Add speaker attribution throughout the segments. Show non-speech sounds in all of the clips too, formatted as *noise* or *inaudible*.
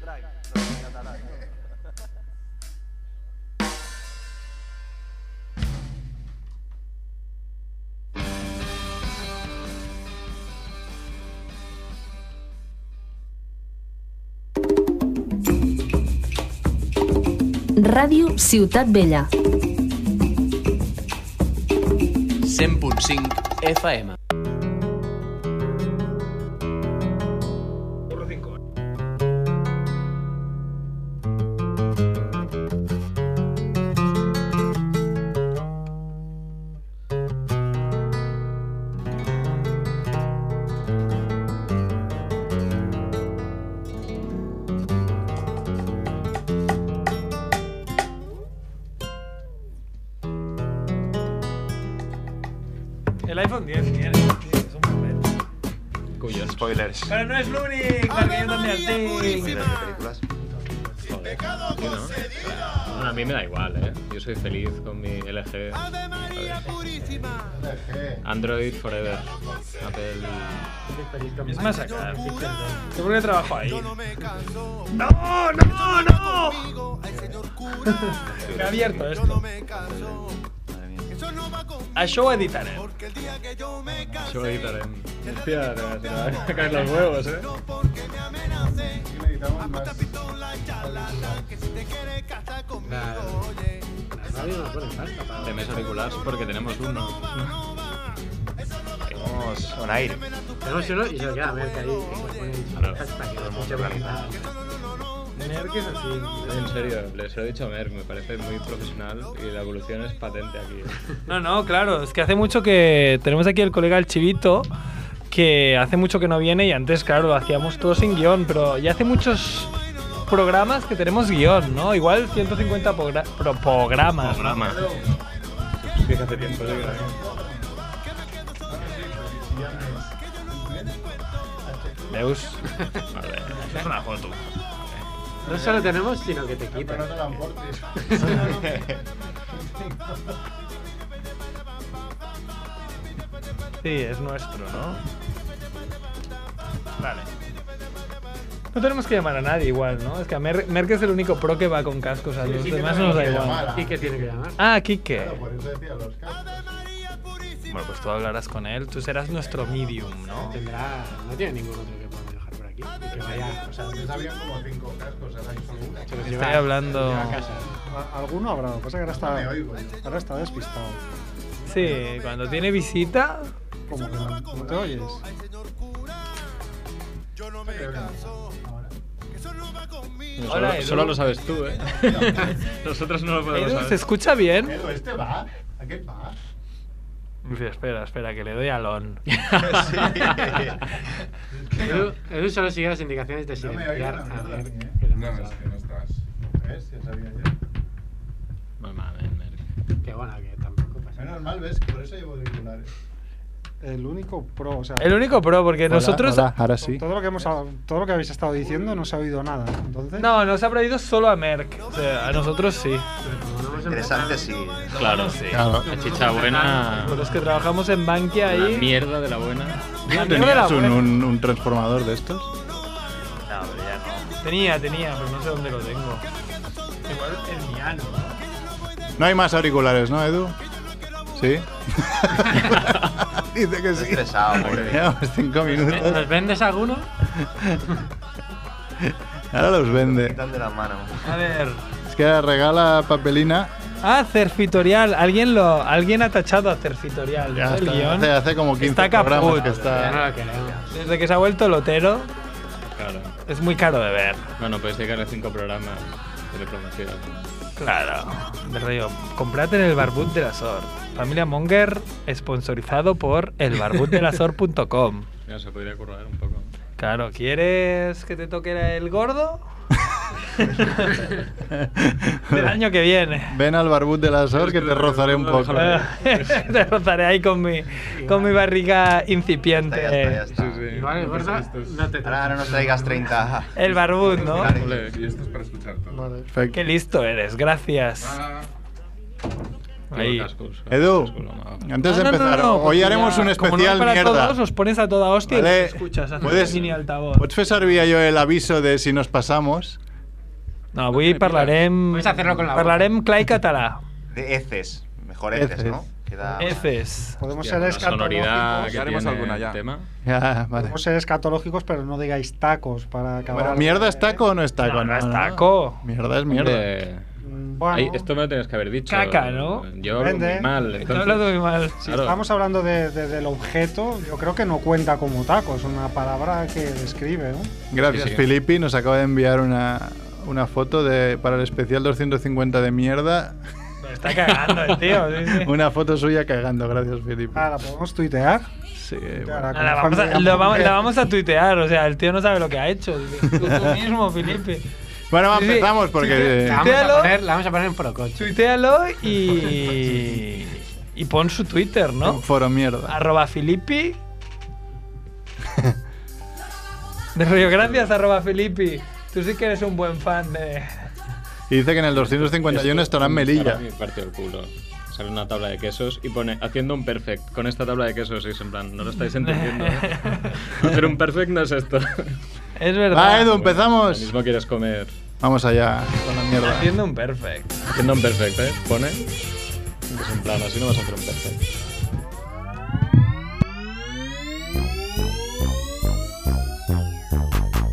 Speaker 1: catalán. No, en catalán.
Speaker 2: Ràdio Ciutat Vella.
Speaker 3: 100.5 FM.
Speaker 4: El iPhone 10 tiene, es un momento.
Speaker 3: Collons.
Speaker 5: Spoilers.
Speaker 6: *laughs*
Speaker 4: Pero no es lo único, porque yo también el tengo.
Speaker 5: Spoilers de películas.
Speaker 3: Bueno, a mí me da igual, ¿eh? Yo soy feliz con mi LG. Android Forever. Apple.
Speaker 4: Es más acá. Yo creo que trabajo ahí.
Speaker 5: ¡No, no, no!
Speaker 4: Me ha abierto esto. A show editaré.
Speaker 3: Yo editaré. Hostia, te vas a- te van a caer los huevos, ¿eh? De mes auriculares porque tenemos uno.
Speaker 5: Tenemos on air.
Speaker 7: Tenemos uno y se lo queda a Merck ahí, que se pone en
Speaker 3: Claro.
Speaker 7: chiquitas para que no escuche por nada.
Speaker 4: Merck es así.
Speaker 3: En serio, les lo he dicho a Merck, me parece muy profesional y la evolución es patente aquí. ¿eh?
Speaker 4: No, no, claro, es que hace mucho que tenemos aquí el colega el Chivito que hace mucho que no viene y antes, claro, lo hacíamos todo sin guión, pero ya hace muchos programas que tenemos guión, ¿no? Igual 150 pogra- pro- programas. ¿no?
Speaker 3: Programa. Sí, que hace tiempo, sí que no.
Speaker 4: Deus.
Speaker 3: Vale.
Speaker 5: Es una foto.
Speaker 7: No solo tenemos, sino que te
Speaker 4: Eh,
Speaker 7: quitan.
Speaker 4: Sí, es nuestro, ¿no?
Speaker 5: Vale.
Speaker 4: No tenemos que llamar a nadie igual, ¿no? Es que a Mer Merck es el único pro que va con cascos, a los demás nos da igual.
Speaker 7: ¿Y que tiene que llamar?
Speaker 4: Ah, Kike.
Speaker 5: Bueno, pues
Speaker 4: Tú hablarás con él, tú serás nuestro medium, ¿no?
Speaker 7: Tendrá, no tiene ningún otro que podamos dejar por aquí. Que vaya, o sea, se los lleva,
Speaker 4: Estoy hablando.
Speaker 7: se los lleva a casa.
Speaker 8: A- Alguno habrá, lo que pasa es que ahora está, ahora está despistado.
Speaker 4: Sí, cuando tiene visita.
Speaker 8: ¿Cómo que no? ¿No te oyes?
Speaker 4: Hola,
Speaker 3: solo,
Speaker 4: Edu.
Speaker 3: solo lo sabes tú,
Speaker 7: *laughs*
Speaker 3: ¿eh? Nosotros no lo podemos
Speaker 4: Edu, ¿Se
Speaker 3: saber.
Speaker 4: escucha bien?
Speaker 6: ¿Este va? ¿A qué va?
Speaker 4: Dice, espera, espera, que le doy al on.
Speaker 7: Edu, Edu solo sigue las indicaciones de
Speaker 6: No me
Speaker 7: silenciar
Speaker 6: oigo, no,
Speaker 7: a
Speaker 6: no,
Speaker 7: Merck,
Speaker 6: no,
Speaker 7: que le
Speaker 9: No,
Speaker 7: hemos
Speaker 9: es
Speaker 7: dado.
Speaker 9: que no estás.
Speaker 6: ¿Ves? Ya sabía yo.
Speaker 3: No mames, Merck.
Speaker 7: Que bueno, que tampoco pasa nada.
Speaker 6: Menos mal, ¿ves? Por eso llevo auriculares.
Speaker 8: El único pro, o sea,
Speaker 4: El único pro, porque nosotros.
Speaker 6: ahora
Speaker 8: to- todo lo que hemos hab- todo lo que habéis estado diciendo no se ha oído nada. Entonces,
Speaker 4: No, nos ha traído solo a Merck. O sea, a nosotros sí.
Speaker 7: Pero como no hemos
Speaker 5: Interesante, sí.
Speaker 3: Claro, sí.
Speaker 6: Claro.
Speaker 3: La chicha buena.
Speaker 4: Con los que trabajamos en Bankia
Speaker 3: La
Speaker 4: ahí.
Speaker 3: mierda de la buena.
Speaker 4: La mierda era buena.
Speaker 6: transformador de estos?
Speaker 5: No, pero ya no.
Speaker 4: Tenía, tenía, pero no sé dónde lo tengo. Igual el Miano,
Speaker 6: No hay más auriculares, ¿no, Edu? ¿Sí? Dice que
Speaker 5: Estoy
Speaker 6: sí.
Speaker 5: estresado, pobre.
Speaker 6: *laughs* Llevamos cinco
Speaker 7: empezado.
Speaker 6: minutos.
Speaker 7: ¿Nos
Speaker 6: *laughs*
Speaker 7: vendes alguno?
Speaker 6: Ahora los vende.
Speaker 5: Quitan de la mano.
Speaker 4: A ver.
Speaker 6: Es que ahora regala papelina.
Speaker 4: Ah, Cerfitorial. Alguien lo. Alguien ha tachado a Cerfitorial.
Speaker 6: Ya
Speaker 4: ¿no? El
Speaker 6: está.
Speaker 4: guión.
Speaker 6: Hace, hace como 15
Speaker 4: Está caput.
Speaker 6: programas que
Speaker 7: Ya
Speaker 6: está.
Speaker 7: no lo queremos.
Speaker 4: Desde que se ha vuelto Lotero,
Speaker 3: Claro.
Speaker 4: es muy caro de ver.
Speaker 3: Bueno, puedes dedicarle cinco programas de promoción.
Speaker 4: Claro. De rollo, comprate en el Barbut de la Sor. Familia Monger, sponsorizado por elbarbutdelasor.com.
Speaker 3: Mira, se podría currar un poco.
Speaker 4: Claro, ¿quieres que te toque
Speaker 6: *laughs*
Speaker 4: el gordo? Del año que viene.
Speaker 6: Ven al barbut de la SOR que te rozaré un poco.
Speaker 4: *laughs* Te rozaré ahí con mi, con mi barriga
Speaker 5: Ya está, ya
Speaker 4: incipiente.
Speaker 5: está.
Speaker 7: Igual el gordo no te
Speaker 5: Ahora no nos traigas 30.
Speaker 4: El Barbut, ¿no?
Speaker 5: Claro.
Speaker 3: Ole, Y esto es para escuchar todo.
Speaker 6: Perfecto.
Speaker 4: Qué listo eres, gracias.
Speaker 3: Ah,
Speaker 4: Ahí.
Speaker 3: Cascos,
Speaker 6: Edu,
Speaker 3: cascos, no, no.
Speaker 6: antes de
Speaker 4: Ah, no, no,
Speaker 6: empezar,
Speaker 4: no, porque
Speaker 6: hoy
Speaker 4: ya,
Speaker 6: haremos un
Speaker 4: como no
Speaker 6: especial
Speaker 4: es para
Speaker 6: mierda.
Speaker 4: todos, os pones a toda hostia y
Speaker 6: ¿Vale?
Speaker 4: los escuchas. haces
Speaker 6: Puedes-
Speaker 4: mini altavoz.
Speaker 6: Pots fer servir allò, el aviso de si nos pasamos?
Speaker 4: No, avui parlarem...
Speaker 7: Puedes hacerlo con la boca.
Speaker 4: Parlarem clar i català.
Speaker 10: De heces. Mejor heces,
Speaker 6: Heces.
Speaker 10: ¿no? Queda...
Speaker 4: Heces.
Speaker 8: Podemos
Speaker 3: Hostia,
Speaker 8: ser
Speaker 3: con la sonoridad
Speaker 8: escatológicos.
Speaker 3: que
Speaker 11: Ya haremos
Speaker 3: tiene
Speaker 11: alguna ya.
Speaker 3: el tema.
Speaker 6: Ja, vale.
Speaker 8: Podemos ser escatológicos, pero no digáis tacos para acabar.
Speaker 6: Bueno, ¿Mierda es taco o no es taco?
Speaker 4: No, no es taco.
Speaker 6: Mierda es mierda.
Speaker 3: Eh,
Speaker 8: Mm,
Speaker 3: ahí,
Speaker 8: Bueno,
Speaker 3: esto me lo tenías que haber dicho.
Speaker 4: Caca, ¿no?
Speaker 3: Yo hablo
Speaker 8: Depende.
Speaker 3: muy mal.
Speaker 4: Te
Speaker 3: entonces-
Speaker 4: hablas muy mal.
Speaker 8: si
Speaker 3: claro.
Speaker 8: estamos hablando de- de- del objeto, yo creo que no cuenta como taco, es una palabra que describe, ¿no?
Speaker 6: Gracias,
Speaker 11: Sí, sí.
Speaker 6: Filippi. Nos acaba de enviar una, una foto de, para el especial 250 de mierda.
Speaker 4: Me está cagando el tío. Sí, sí.
Speaker 6: *laughs* Una foto suya cagando. Gracias, Filippi.
Speaker 8: Ah, la podemos tuitear.
Speaker 6: Sí,
Speaker 8: Ahora
Speaker 6: bueno.
Speaker 4: Ah, La vamos, a, lo vamos- la vamos a tuitear, o sea, el tío no sabe lo que ha hecho. Tú, tú mismo, Felipe.
Speaker 6: Bueno, va,
Speaker 4: Sí, sí.
Speaker 6: empezamos porque... eh,
Speaker 7: La vamos,
Speaker 4: Tuitealo.
Speaker 7: a poner, la vamos a poner en Procoche.
Speaker 4: Tuitealo y. Y pon su Twitter,
Speaker 6: Un
Speaker 4: ¿no?
Speaker 6: foro mierda.
Speaker 4: Arroba Filippi. De Río Gracias, arroba Filippi. Tú sí que eres un buen fan de.
Speaker 6: Y dice que en el 251 estará en Melilla.
Speaker 3: Ahora me partió el culo. Sale una tabla de quesos y pone haciendo un perfect con esta tabla de quesos. Y es en plan, no lo estáis
Speaker 4: *laughs*
Speaker 3: entendiendo. ¿eh? Hacer un perfect no es esto.
Speaker 4: Es verdad.
Speaker 6: Va, Ah, Edu,
Speaker 3: Lo
Speaker 6: empezamos.
Speaker 3: mismo quieres comer.
Speaker 6: Vamos allá con la mierda.
Speaker 4: Haciendo un perfect.
Speaker 3: Haciendo un perfect, ¿eh? Pone. que Es en plan, así no vas a hacer un perfect.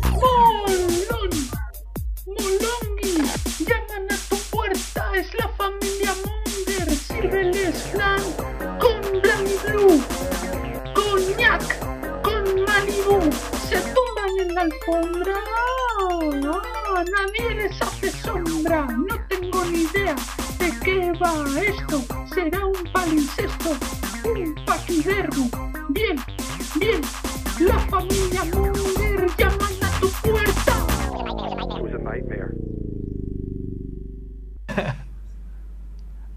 Speaker 5: Molón, Molongi, llaman a tu puerta, es la familia Munger, sírveles flan con Blanc Blue, coñac, con Malibu, se tumban en la alfombra, ¡Ah! nadie les hace sombra, no tengo ni idea de qué va esto, será un palincesto, un paquidermo, bien, bien, la familia Munger llaman a tu puerta.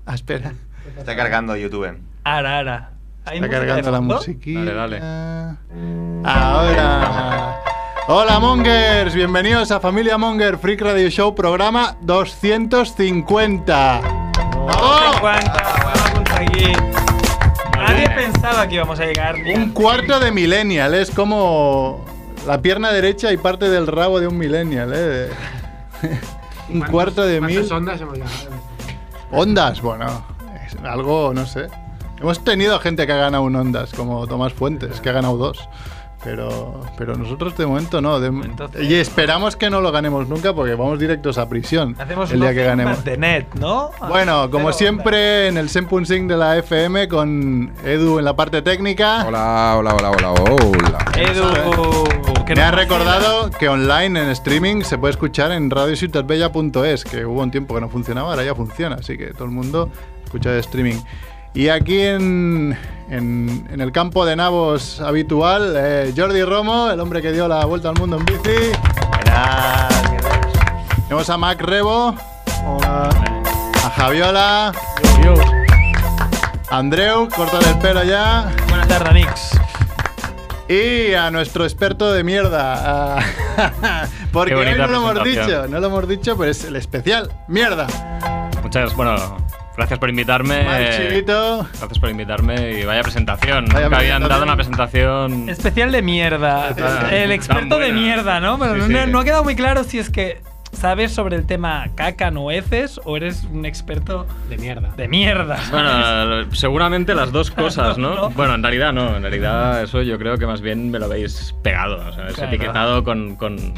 Speaker 6: Ah, espera.
Speaker 10: Está cargando YouTube.
Speaker 4: Ara, ara. ¿Hay
Speaker 6: Está
Speaker 4: música de
Speaker 6: cargando la
Speaker 4: fondo?
Speaker 6: musiquita.
Speaker 3: Dale,
Speaker 6: Ahora. Hola Mongers, bienvenidos a Familia Monger Freak Radio Show, programa 250.
Speaker 7: ¡Oh!
Speaker 4: Vamos,
Speaker 6: ¡Bravo!
Speaker 4: Juan, vamos aquí. Nadie pensaba que íbamos a llegar.
Speaker 6: Un cuarto de millennial, es como la pierna derecha y parte del rabo de un millennial,
Speaker 7: *laughs*
Speaker 6: ¿eh? Un
Speaker 7: ¿Cuántos-
Speaker 6: cuarto de
Speaker 7: cuántas
Speaker 6: mil
Speaker 7: ondas hemos ganado?
Speaker 6: ondas, bueno, es algo, no sé. Hemos tenido gente que ha ganado un ondas, como Tomás Fuentes, que ha ganado dos. Pero, pero nosotros de momento no. de-
Speaker 4: Entonces-
Speaker 6: y esperamos que no lo ganemos nunca porque vamos directos a prisión
Speaker 4: Hacemos
Speaker 6: el día que ganemos.
Speaker 4: de net, ¿no?
Speaker 6: Bueno, como
Speaker 4: Pero-
Speaker 6: siempre, en el 100.5 de la FM con Edu en la parte técnica.
Speaker 11: Hola, hola, hola, hola, hola.
Speaker 4: Edu, que
Speaker 7: ¿eh?
Speaker 6: Me
Speaker 4: no-
Speaker 6: ha recordado que online en streaming se puede escuchar en radiociutatbella.es, que hubo un tiempo que no funcionaba, ahora ya funciona, así que todo el mundo escucha de streaming. Y aquí en, en- en el campo de nabos habitual, eh, Jordi Romo, el hombre que dio la vuelta al mundo en bici. Tenemos a Mac Rebo, a Javiola, a Andreu, corta el pelo ya.
Speaker 4: Buenas tardes, Nix.
Speaker 6: Y a nuestro experto de mierda. a- *laughs* Porque
Speaker 3: Qué
Speaker 6: hoy
Speaker 3: bonita
Speaker 6: no lo hemos
Speaker 3: presentación.
Speaker 6: dicho, no lo hemos dicho, pero es el especial. Mierda.
Speaker 3: Muchas, bueno, gracias por invitarme.
Speaker 6: Mal chivito.
Speaker 3: Gracias por invitarme y vaya presentación.
Speaker 6: Vaya
Speaker 3: Nunca habían
Speaker 6: presentación.
Speaker 3: dado una presentación.
Speaker 4: Especial de mierda.
Speaker 6: Ah.
Speaker 3: Especial.
Speaker 4: El
Speaker 3: Tan
Speaker 4: experto de
Speaker 3: buena.
Speaker 4: mierda, ¿no? Pero
Speaker 3: Sí,
Speaker 4: no,
Speaker 3: sí.
Speaker 4: no ha quedado muy claro si es que sabes sobre el tema caca, nueces o eres un experto
Speaker 7: De mierda.
Speaker 4: de mierda. *laughs*
Speaker 3: Bueno, seguramente las dos cosas, ¿no?
Speaker 4: No.
Speaker 3: Bueno, en realidad no, en realidad eso yo creo que más bien me lo habéis pegado, o sea, es
Speaker 4: Claro.
Speaker 3: etiquetado con, con,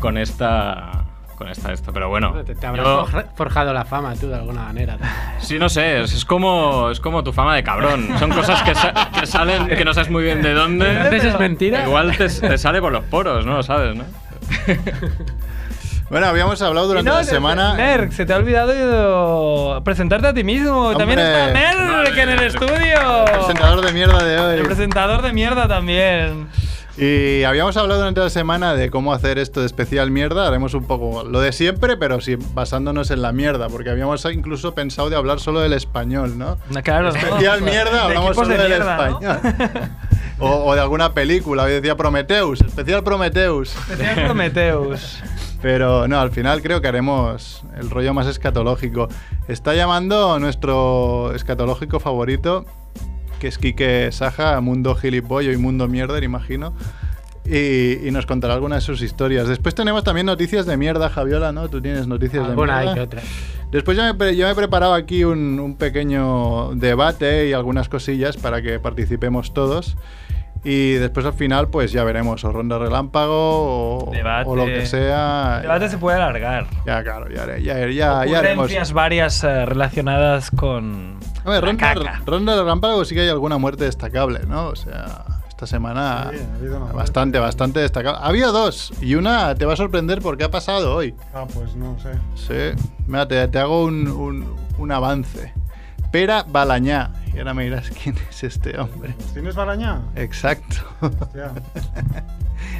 Speaker 3: con esta... Con esta, esto, pero bueno.
Speaker 7: Te, te
Speaker 3: yo-
Speaker 7: habrás forja- forjado la fama tú de alguna manera.
Speaker 6: Pues
Speaker 3: sí, no sé, es, es como, es como tu fama de cabrón. Son cosas que, sa- que salen que no sabes muy bien de
Speaker 7: ¿Entonces
Speaker 3: dónde.
Speaker 7: es mentira?
Speaker 3: Igual te, te sale por los poros, ¿no? Lo sabes, ¿no?
Speaker 6: Bueno, habíamos hablado *laughs* durante
Speaker 4: Y no,
Speaker 6: la
Speaker 4: de-
Speaker 6: semana.
Speaker 4: Merck, se te ha olvidado presentarte a ti mismo. También
Speaker 6: Hombre.
Speaker 4: está Merck en el
Speaker 6: el
Speaker 4: estudio.
Speaker 6: Presentador de mierda de
Speaker 4: El
Speaker 6: hoy.
Speaker 4: presentador de mierda también.
Speaker 6: Y habíamos hablado durante la semana de cómo hacer esto de especial mierda. Haremos un poco lo de siempre, pero sí basándonos en la mierda, porque habíamos incluso pensado de hablar solo del español, ¿no?
Speaker 4: No, Claro, ¿no? pues,
Speaker 6: Especial mierda,
Speaker 4: De
Speaker 6: hablamos
Speaker 4: equipos
Speaker 6: solo
Speaker 4: de
Speaker 6: del
Speaker 4: mierda, ¿no? *laughs*
Speaker 6: español. O, o de alguna película. Hoy decía Prometeus, especial Prometeus.
Speaker 4: Especial Prometeus.
Speaker 6: *laughs* Pero no, al final creo que haremos el rollo más escatológico. Está llamando nuestro escatológico favorito, que es Quique Saja, Mundo Gilipollo y Mundo Mierder, imagino. Y, y nos contará algunas de sus historias. Después tenemos también noticias de mierda, Javiola, ¿no? Tú tienes noticias
Speaker 7: Alguna
Speaker 6: de mierda.
Speaker 7: hay que otra.
Speaker 6: Después yo me, pre- yo me he preparado aquí un, un pequeño debate y algunas cosillas para que participemos todos. Y después al final, pues ya veremos, o ronda relámpago, o,
Speaker 4: Debate.
Speaker 6: o lo que sea.
Speaker 4: El debate se puede alargar.
Speaker 6: Ya, claro, ya, haré- ya, ya, ya haremos.
Speaker 4: Ocurrencias varias eh, relacionadas con.
Speaker 6: A ver,
Speaker 4: la
Speaker 6: ronda,
Speaker 4: caca.
Speaker 6: ronda relámpago sí que hay alguna muerte destacable, ¿no? O sea, esta semana
Speaker 8: Sí, ha
Speaker 6: Ah,
Speaker 8: habido una
Speaker 6: bastante, bastante destacable. Había dos y una te va a sorprender porque ha pasado hoy.
Speaker 8: Ah, pues no sé.
Speaker 6: Sí, mira, te, te hago un, un- un avance. Pera Balañá. Y ahora me dirás *laughs* quién es este hombre.
Speaker 8: ¿Tienes Balañá?
Speaker 6: Exacto. *laughs*
Speaker 8: Hostia.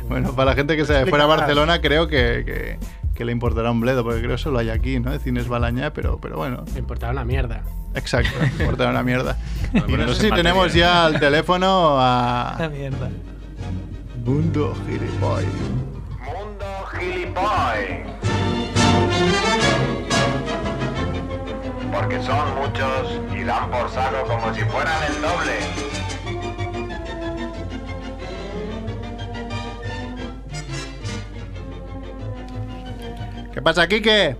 Speaker 6: bueno, para la gente que sea de fuera de
Speaker 8: Explicarás.
Speaker 6: Barcelona, creo que, que- que le importará un bledo, porque creo que solo hay aquí, ¿no? De Cines Balañá, pero, pero bueno.
Speaker 12: Me importaba una mierda.
Speaker 6: Exacto, le importará una
Speaker 13: *laughs*
Speaker 6: mierda.
Speaker 14: Bueno,
Speaker 6: Y no
Speaker 14: ponernos
Speaker 6: sé si
Speaker 14: en materia.
Speaker 6: tenemos ya al teléfono
Speaker 4: La
Speaker 12: *laughs*
Speaker 6: a.
Speaker 4: mierda.
Speaker 6: Mundo Gilipoy.
Speaker 15: Mundo gilipollas. Porque son muchos y dan por saco como si fueran el doble.
Speaker 6: ¿Qué pasa, Kike?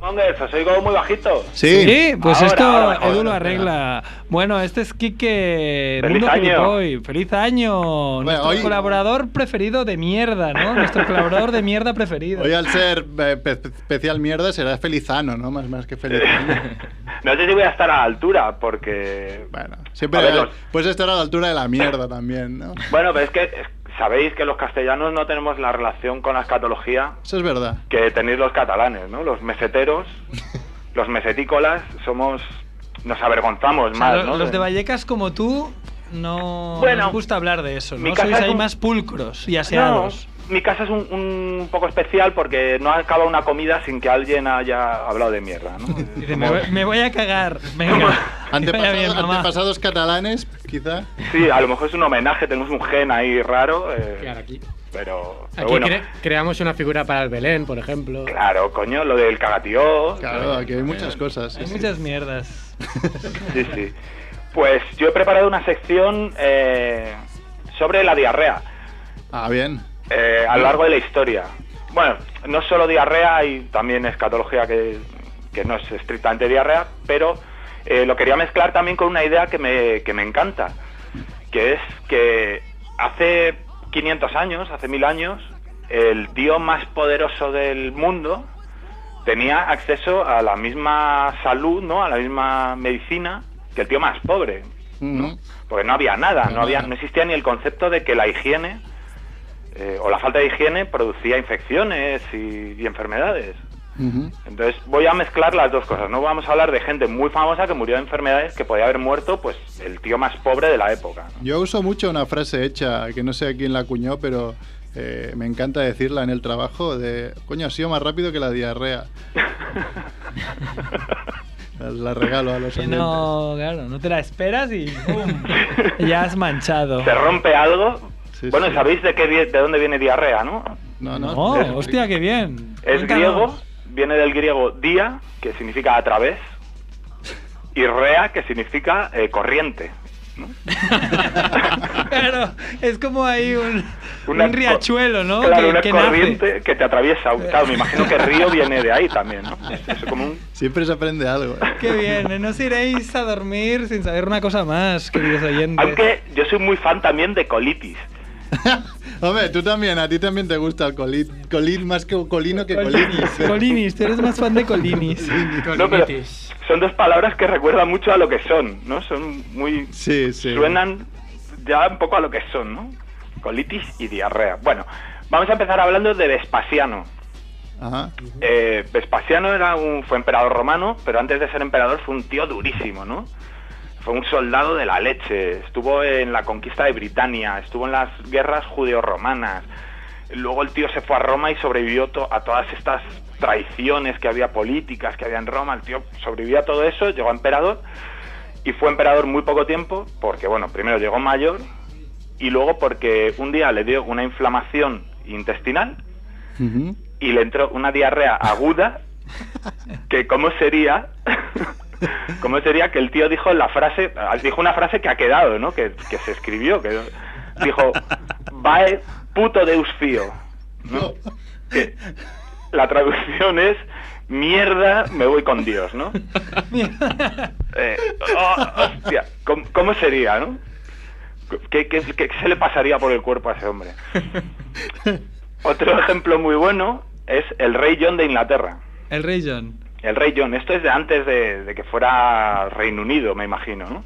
Speaker 13: Mongers, soy como muy bajito.
Speaker 6: Sí.
Speaker 4: Sí, pues
Speaker 13: Ahora,
Speaker 4: esto
Speaker 13: ahora mejor,
Speaker 4: Edu lo
Speaker 6: espera.
Speaker 4: arregla. Bueno, este es Quique
Speaker 13: ¡Feliz
Speaker 4: Mundo
Speaker 13: año!
Speaker 4: Gilipoy. ¡Feliz año! Nuestro
Speaker 6: hoy-
Speaker 4: colaborador preferido de
Speaker 13: *laughs*
Speaker 4: mierda, ¿no? Nuestro colaborador de mierda preferido.
Speaker 6: Hoy al ser eh, pe- pe- especial mierda será felizano, ¿no? Más, más que feliz.
Speaker 13: *laughs* No sé si voy a estar a la altura, porque.
Speaker 6: Bueno, siempre
Speaker 13: A ver, los-
Speaker 6: puedes estar a la altura de la mierda también, ¿no?
Speaker 13: Bueno, pero es que eh, sabéis que los castellanos no tenemos la relación con la escatología
Speaker 6: Eso es verdad.
Speaker 13: que tenéis los catalanes, ¿no? Los
Speaker 6: *laughs*
Speaker 13: meseteros, los mesetícolas, somos. Nos avergonzamos
Speaker 4: O sea,
Speaker 13: más,
Speaker 4: lo-
Speaker 13: Pues ¿no?
Speaker 4: Los de Vallecas como tú no
Speaker 13: Bueno,
Speaker 4: nos gusta hablar de eso,
Speaker 13: mi
Speaker 4: ¿no?
Speaker 13: casa
Speaker 4: Sois
Speaker 13: es
Speaker 4: ahí
Speaker 13: un-
Speaker 4: más pulcros y
Speaker 13: No,
Speaker 4: aseados.
Speaker 13: mi casa es un, un poco especial porque no acaba una comida sin que alguien haya hablado de mierda,
Speaker 6: *laughs*
Speaker 13: ¿no?
Speaker 4: Dice, me, voy, me voy a cagar. Venga. Que vaya
Speaker 6: Antepasado-
Speaker 4: bien, mamá.
Speaker 6: antepasados catalanes, quizá.
Speaker 13: *laughs* Sí, a lo mejor es un homenaje, tenemos un gen ahí raro, eh,
Speaker 12: Claro, aquí
Speaker 13: pero, pero
Speaker 7: Aquí
Speaker 13: bueno.
Speaker 7: cre- creamos una figura para el Belén, por ejemplo.
Speaker 13: Claro, coño, lo del cagatío. Eh,
Speaker 6: Claro, aquí hay muchas cosas. sí,
Speaker 4: Hay
Speaker 6: sí.
Speaker 4: muchas mierdas.
Speaker 13: Sí, sí. Pues yo he preparado una sección eh, sobre la diarrea
Speaker 6: Ah, bien.
Speaker 13: eh, a lo largo de la historia. Bueno, no solo diarrea, hay también escatología que, que no es estrictamente diarrea, pero eh, lo quería mezclar también con una idea que me, que me encanta, que es que hace 500 años, hace 1000 años, el tío más poderoso del mundo tenía acceso a la misma salud, ¿no? A la misma medicina que el tío más pobre.
Speaker 6: Ujú.
Speaker 13: Porque no había nada, no,
Speaker 6: No,
Speaker 13: había,
Speaker 6: no.
Speaker 13: no existía ni el concepto de que la higiene eh, o la falta de higiene producía infecciones y, y enfermedades.
Speaker 6: Ujú.
Speaker 13: Entonces voy a mezclar las dos cosas. No vamos a hablar de gente muy famosa que murió de enfermedades que podía haber muerto, pues el tío más pobre de la época. ¿no?
Speaker 6: Yo uso mucho una frase hecha, que no sé quién la acuñó, pero eh, me encanta decirla en el trabajo, de, coño, ha sido más rápido que la
Speaker 4: *laughs*
Speaker 6: diarrea. La- La regalo a los
Speaker 4: Que
Speaker 6: oyentes.
Speaker 4: No, claro, no te la esperas y
Speaker 13: *laughs*
Speaker 4: ¡pum! ya has manchado.
Speaker 13: Se rompe algo.
Speaker 6: Sí,
Speaker 13: bueno,
Speaker 6: sí.
Speaker 13: sabéis de qué vie- de dónde viene diarrea, ¿no?
Speaker 6: No, no,
Speaker 4: No,
Speaker 6: espera,
Speaker 4: hostia, qué bien.
Speaker 13: Es
Speaker 4: Cuéntanos.
Speaker 13: griego, viene del griego dia, que significa a través, y rea, que significa eh, corriente.
Speaker 4: claro, es como ahí un,
Speaker 13: Una
Speaker 4: un riachuelo, ¿no?
Speaker 13: Claro,
Speaker 4: Que-
Speaker 13: una
Speaker 4: que nace.
Speaker 13: corriente que te atraviesa. Claro, me imagino que
Speaker 4: *laughs*
Speaker 13: río viene de ahí también, ¿no? Es como un...
Speaker 6: Siempre se aprende algo. eh.
Speaker 4: Qué bien, ¿eh? no os iréis a dormir sin saber una cosa más, queridos oyentes.
Speaker 13: Aunque yo soy muy fan también de colitis.
Speaker 6: Hombre, tú también, a ti también te gusta el colit, colit más que colino que colinis. ¿eh?
Speaker 4: Colinis, Colinis, tú eres más fan de Colinis.
Speaker 13: No, pero son dos palabras que recuerdan mucho a lo que son, ¿no? Son muy...
Speaker 6: Sí, sí.
Speaker 13: Suenan ya un poco a lo que son, ¿no? Colitis y diarrea. Bueno, vamos a empezar hablando de Vespasiano.
Speaker 6: Ajá.
Speaker 13: Eh, Vespasiano era un, fue emperador romano, pero antes de ser emperador fue un tío durísimo, ¿no? Fue un soldado de la leche, estuvo en la conquista de Britania, estuvo en las guerras judeo-romanas. Luego el tío se fue a Roma y sobrevivió to- a todas estas traiciones que había políticas que había en Roma. El tío sobrevivió a todo eso, llegó a emperador y fue emperador muy poco tiempo, porque bueno, primero llegó mayor y luego porque un día le dio una inflamación intestinal
Speaker 4: *laughs*
Speaker 6: Ujú.
Speaker 13: y le entró una diarrea aguda que cómo sería cómo sería que el tío dijo la frase dijo una frase que ha quedado no que, que se escribió que dijo vae puto deus fío ¿no? Que la traducción es mierda me voy con dios no Eh, oh, hostia, ¿cómo, cómo sería no ¿Qué- qué, qué se le pasaría por el cuerpo a ese hombre otro ejemplo muy bueno es el rey John de Inglaterra
Speaker 4: El Rey John.
Speaker 13: el rey John, esto es de antes de, de que fuera Reino Unido, me imagino, ¿no?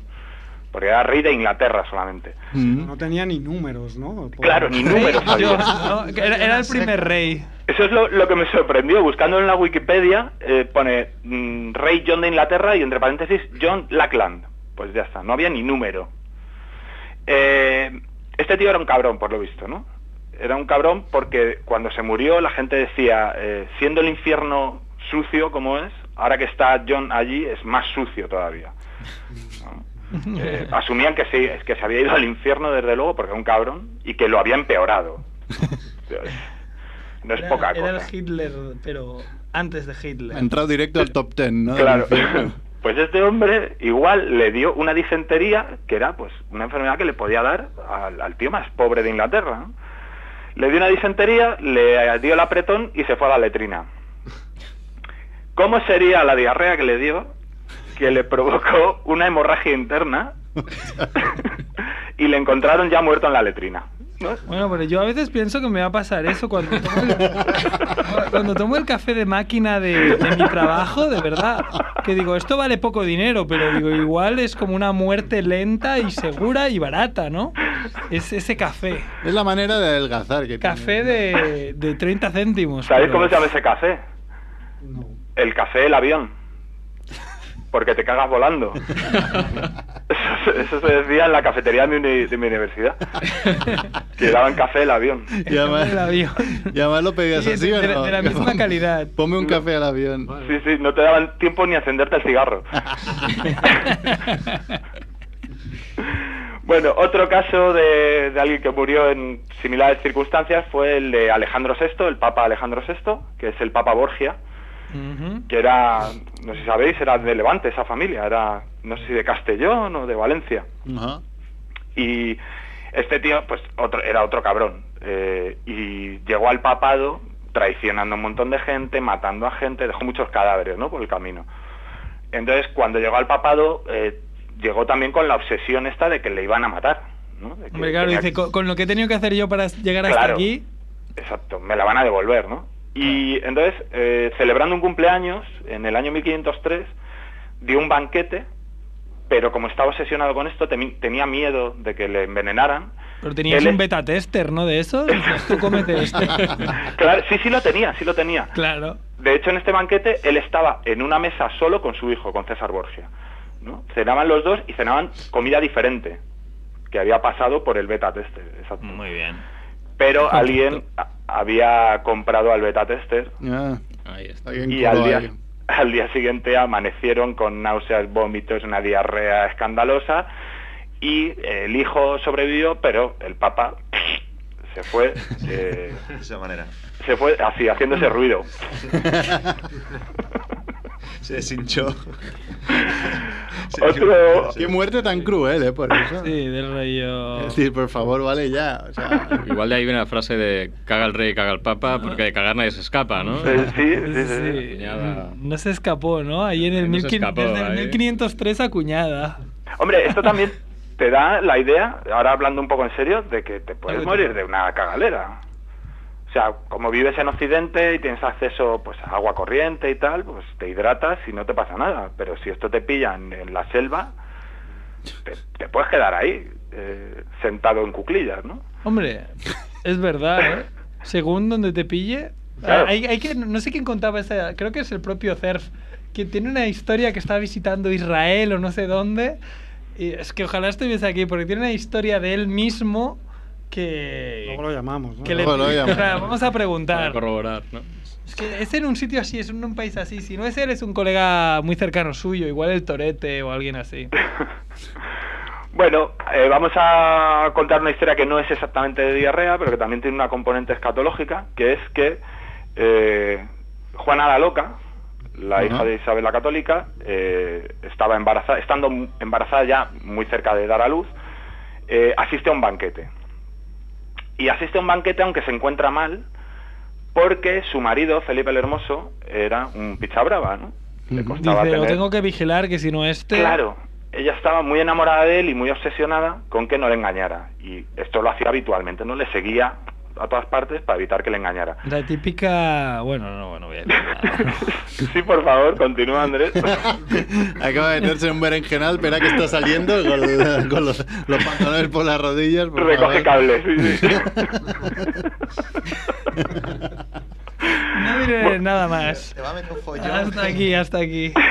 Speaker 13: Porque era rey de Inglaterra solamente.
Speaker 6: Mm.
Speaker 8: No tenía ni números, ¿no? Por-
Speaker 13: Claro, ni
Speaker 4: *laughs*
Speaker 13: números
Speaker 4: Rey
Speaker 13: había.
Speaker 4: John, ¿no? Que Era, era el primer rey.
Speaker 13: Eso es lo, lo que me sorprendió. Buscando en la Wikipedia, eh, pone mm, rey John de Inglaterra y entre paréntesis John Lackland. Pues ya está, no había ni número. Eh, este tío era un cabrón, por lo visto, ¿no? Era un cabrón porque cuando se murió la gente decía, eh, siendo el infierno sucio como es, ahora que está John allí es más sucio todavía. ¿No? Eh, asumían que, sí, que se había ido al infierno desde luego porque era un cabrón y que lo había
Speaker 4: *laughs*
Speaker 13: empeorado. No es
Speaker 4: Era-
Speaker 13: poca
Speaker 4: Era
Speaker 13: cosa.
Speaker 4: el Hitler, pero antes de Hitler.
Speaker 6: Ha entrado directo al top 10, ¿no? Del *laughs*
Speaker 13: Claro.
Speaker 6: infierno.
Speaker 13: *laughs* Pues este hombre igual le dio una disentería, que era pues una enfermedad que le podía dar al, al tío más pobre de Inglaterra. ¿no? Le dio una disentería, le dio el apretón y se fue a la letrina. ¿Cómo sería la diarrea que le dio que le provocó una hemorragia
Speaker 4: *laughs*
Speaker 13: interna *laughs* y le encontraron ya muerto en la letrina? ¿no?
Speaker 4: Bueno, pero yo a veces pienso que me va a pasar eso cuando tomo el, cuando tomo el café de máquina de, de mi trabajo, de verdad. Que digo, esto vale poco dinero, pero digo, igual es como una muerte lenta y segura y barata, ¿no? Es ese café.
Speaker 6: Es la manera de adelgazar que
Speaker 4: Café de, de 30 céntimos.
Speaker 13: ¿Sabéis
Speaker 4: pero-
Speaker 13: cómo se llama ese café? El café del avión. Porque te cagas volando. Eso, se- eso se decía en la cafetería de mi, uni- de mi universidad. Que daban café del avión.
Speaker 6: tiene.
Speaker 4: El
Speaker 6: Y
Speaker 4: café del
Speaker 6: además,
Speaker 4: avión.
Speaker 6: y además lo pedías
Speaker 4: Sí,
Speaker 6: así, ¿o
Speaker 4: de,
Speaker 6: no?
Speaker 4: de la misma calidad.
Speaker 6: Ponme un café al avión.
Speaker 13: Sí, sí, no te daban tiempo ni a encenderte
Speaker 6: *laughs*
Speaker 13: el cigarro. Bueno, otro caso de, de alguien que murió en similares circunstancias fue el de Alejandro VI, el Papa Alejandro VI, que es el Papa Borgia,
Speaker 4: Ujú.
Speaker 13: que era, no sé si sabéis, era de Levante esa familia, era, no sé si de Castellón o de Valencia.
Speaker 6: Ajá.
Speaker 13: Y este tío, pues, otro, era otro cabrón. eh, y llegó al papado traicionando a un montón de gente, matando a gente, dejó muchos cadáveres, ¿no? Por el camino. Entonces, cuando llegó al papado, eh, llegó también con la obsesión esta de que le iban a matar, ¿no? De que
Speaker 4: Hombre, claro,
Speaker 13: tenía-
Speaker 4: dice, con, con lo que he tenido que hacer yo para llegar hasta
Speaker 13: Claro.
Speaker 4: aquí,
Speaker 13: Exacto, me la van a devolver, ¿no? Y entonces, eh, celebrando un cumpleaños, en el año 1503, dio un banquete, pero como estaba obsesionado con esto, temi- tenía miedo de que le envenenaran.
Speaker 4: pero tenías
Speaker 13: Él-
Speaker 4: un beta tester, ¿no? De eso, dices, tú cómete este.
Speaker 13: *laughs* Claro, sí, sí lo tenía, sí lo tenía.
Speaker 4: Claro.
Speaker 13: De hecho, en este banquete, él estaba en una mesa solo con su hijo, con César Borgia. ¿no? Cenaban los dos y cenaban comida diferente, que había pasado por el beta tester. exacto.
Speaker 16: Muy bien.
Speaker 13: Pero alguien a- había comprado al beta tester
Speaker 6: Ya.
Speaker 14: Ahí está.
Speaker 6: Alguien
Speaker 13: y al
Speaker 6: coló
Speaker 13: día,
Speaker 6: ahí.
Speaker 13: al día siguiente amanecieron con náuseas, vómitos, una diarrea escandalosa y eh, el hijo sobrevivió, pero el papa se fue, eh,
Speaker 16: *laughs* De esa manera.
Speaker 13: se fue así, haciéndose ruido.
Speaker 16: Se
Speaker 13: *laughs*
Speaker 16: deshinchó. Se
Speaker 13: Otro-
Speaker 16: deshinchó.
Speaker 6: Qué muerte tan cruel, ¿eh? Por eso.
Speaker 4: Sí, del rollo.
Speaker 6: Es decir, por favor, vale ya. O sea,
Speaker 14: Igual de ahí viene la frase de caga el rey, caga el papa, porque de cagar nadie se escapa, ¿no?
Speaker 13: Eh, sí, sí, sí, sí.
Speaker 4: Sí,
Speaker 14: Cuñada.
Speaker 4: no se escapó, ¿no? Ahí en el,
Speaker 14: No se
Speaker 4: 1500
Speaker 14: escapó,
Speaker 4: desde el
Speaker 14: ahí.
Speaker 4: 1503 a cuñada.
Speaker 13: Hombre, esto también te da la idea, ahora hablando un poco en serio, de que te puedes morir de una cagalera. O sea, como vives en Occidente y tienes acceso pues a agua corriente y tal, pues te hidratas y no te pasa nada. Pero si esto te pilla en, en la selva, te, te puedes quedar ahí, eh, sentado en cuclillas, ¿no?
Speaker 4: Hombre, es verdad, ¿eh? Según donde te pille.
Speaker 13: Claro.
Speaker 4: Hay, hay que, no sé quién contaba esa, creo que es el propio Cerf, que tiene una historia que está visitando Israel o no sé dónde. Y es que ojalá estuviese aquí, porque tiene una historia de él mismo que.
Speaker 8: Luego lo llamamos, ¿no?
Speaker 4: que le- *laughs*
Speaker 6: Luego lo llamo.
Speaker 4: o sea, vamos a
Speaker 14: Para
Speaker 4: preguntar.
Speaker 14: corroborar, ¿no?
Speaker 4: Es que es en un sitio así, es en un país así. Si no es él, es un colega muy cercano suyo, igual el Torete o alguien así.
Speaker 13: Bueno, eh, vamos a contar una historia que no es exactamente de diarrea, pero que también tiene una componente escatológica, que es que eh, Juana la Loca, la
Speaker 6: Ajá.
Speaker 13: hija de Isabel la Católica, eh, estaba embarazada, estando embarazada ya muy cerca de dar a luz, eh, asiste a un banquete. Y asiste a un banquete aunque se encuentra mal, porque su marido, Felipe el Hermoso, era un picha brava, ¿no? costaba
Speaker 4: Dice, lo
Speaker 13: tener-
Speaker 4: tengo que vigilar que si no este...
Speaker 13: Claro, ella estaba muy enamorada de él y muy obsesionada con que no le engañara. Y esto lo hacía habitualmente, ¿no? Le seguía a todas partes para evitar que le engañara.
Speaker 4: La típica... Bueno, no, no voy a decir
Speaker 13: *laughs*
Speaker 4: nada.
Speaker 13: Sí, por favor, continúa Andrés.
Speaker 6: *laughs* Acaba de meterse en un berenjenal, espera que está saliendo con, con los, los pantalones por las rodillas. por favor.
Speaker 13: Recoge cables, sí,
Speaker 6: *laughs*
Speaker 13: sí.
Speaker 4: No diré Eh, nada más.
Speaker 10: Te va a meter un follón.
Speaker 4: Hasta aquí, hasta aquí.
Speaker 13: *laughs*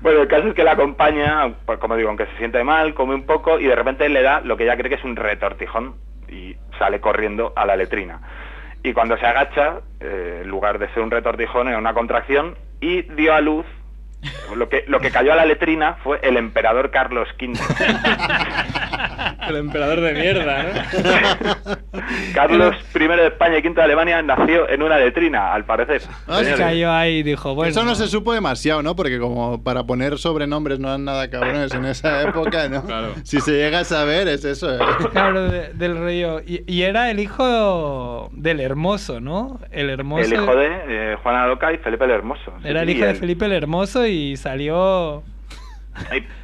Speaker 13: Bueno, el caso es que la acompaña, pues, como digo, aunque se siente mal, come un poco y de repente le da lo que ella cree que es un retortijón y sale corriendo a la letrina. Y cuando se agacha, eh, en lugar de ser un retortijón, era una contracción y dio a luz. Lo que, lo que cayó a la letrina fue el emperador Carlos V.
Speaker 4: *laughs*
Speaker 14: El emperador de mierda, ¿no?
Speaker 4: *laughs*
Speaker 13: Carlos I de España y V de Alemania nació en una letrina, al parecer.
Speaker 6: Hostia,
Speaker 13: Señores.
Speaker 4: Yo ahí dijo, bueno...
Speaker 6: Eso no se supo demasiado, ¿no? Porque como para poner sobrenombres no eran nada cabrones en
Speaker 4: *laughs*
Speaker 6: esa época, ¿no? Si se llega a saber, es eso. ¿eh?
Speaker 4: Claro, de- del rollo. Y, y era el hijo del hermoso, ¿no? El hermoso.
Speaker 13: El hijo de eh, Juana Loca y Felipe el Hermoso. Sí,
Speaker 4: Era el
Speaker 13: sí,
Speaker 4: hijo de
Speaker 13: el-
Speaker 4: Felipe el Hermoso y salió.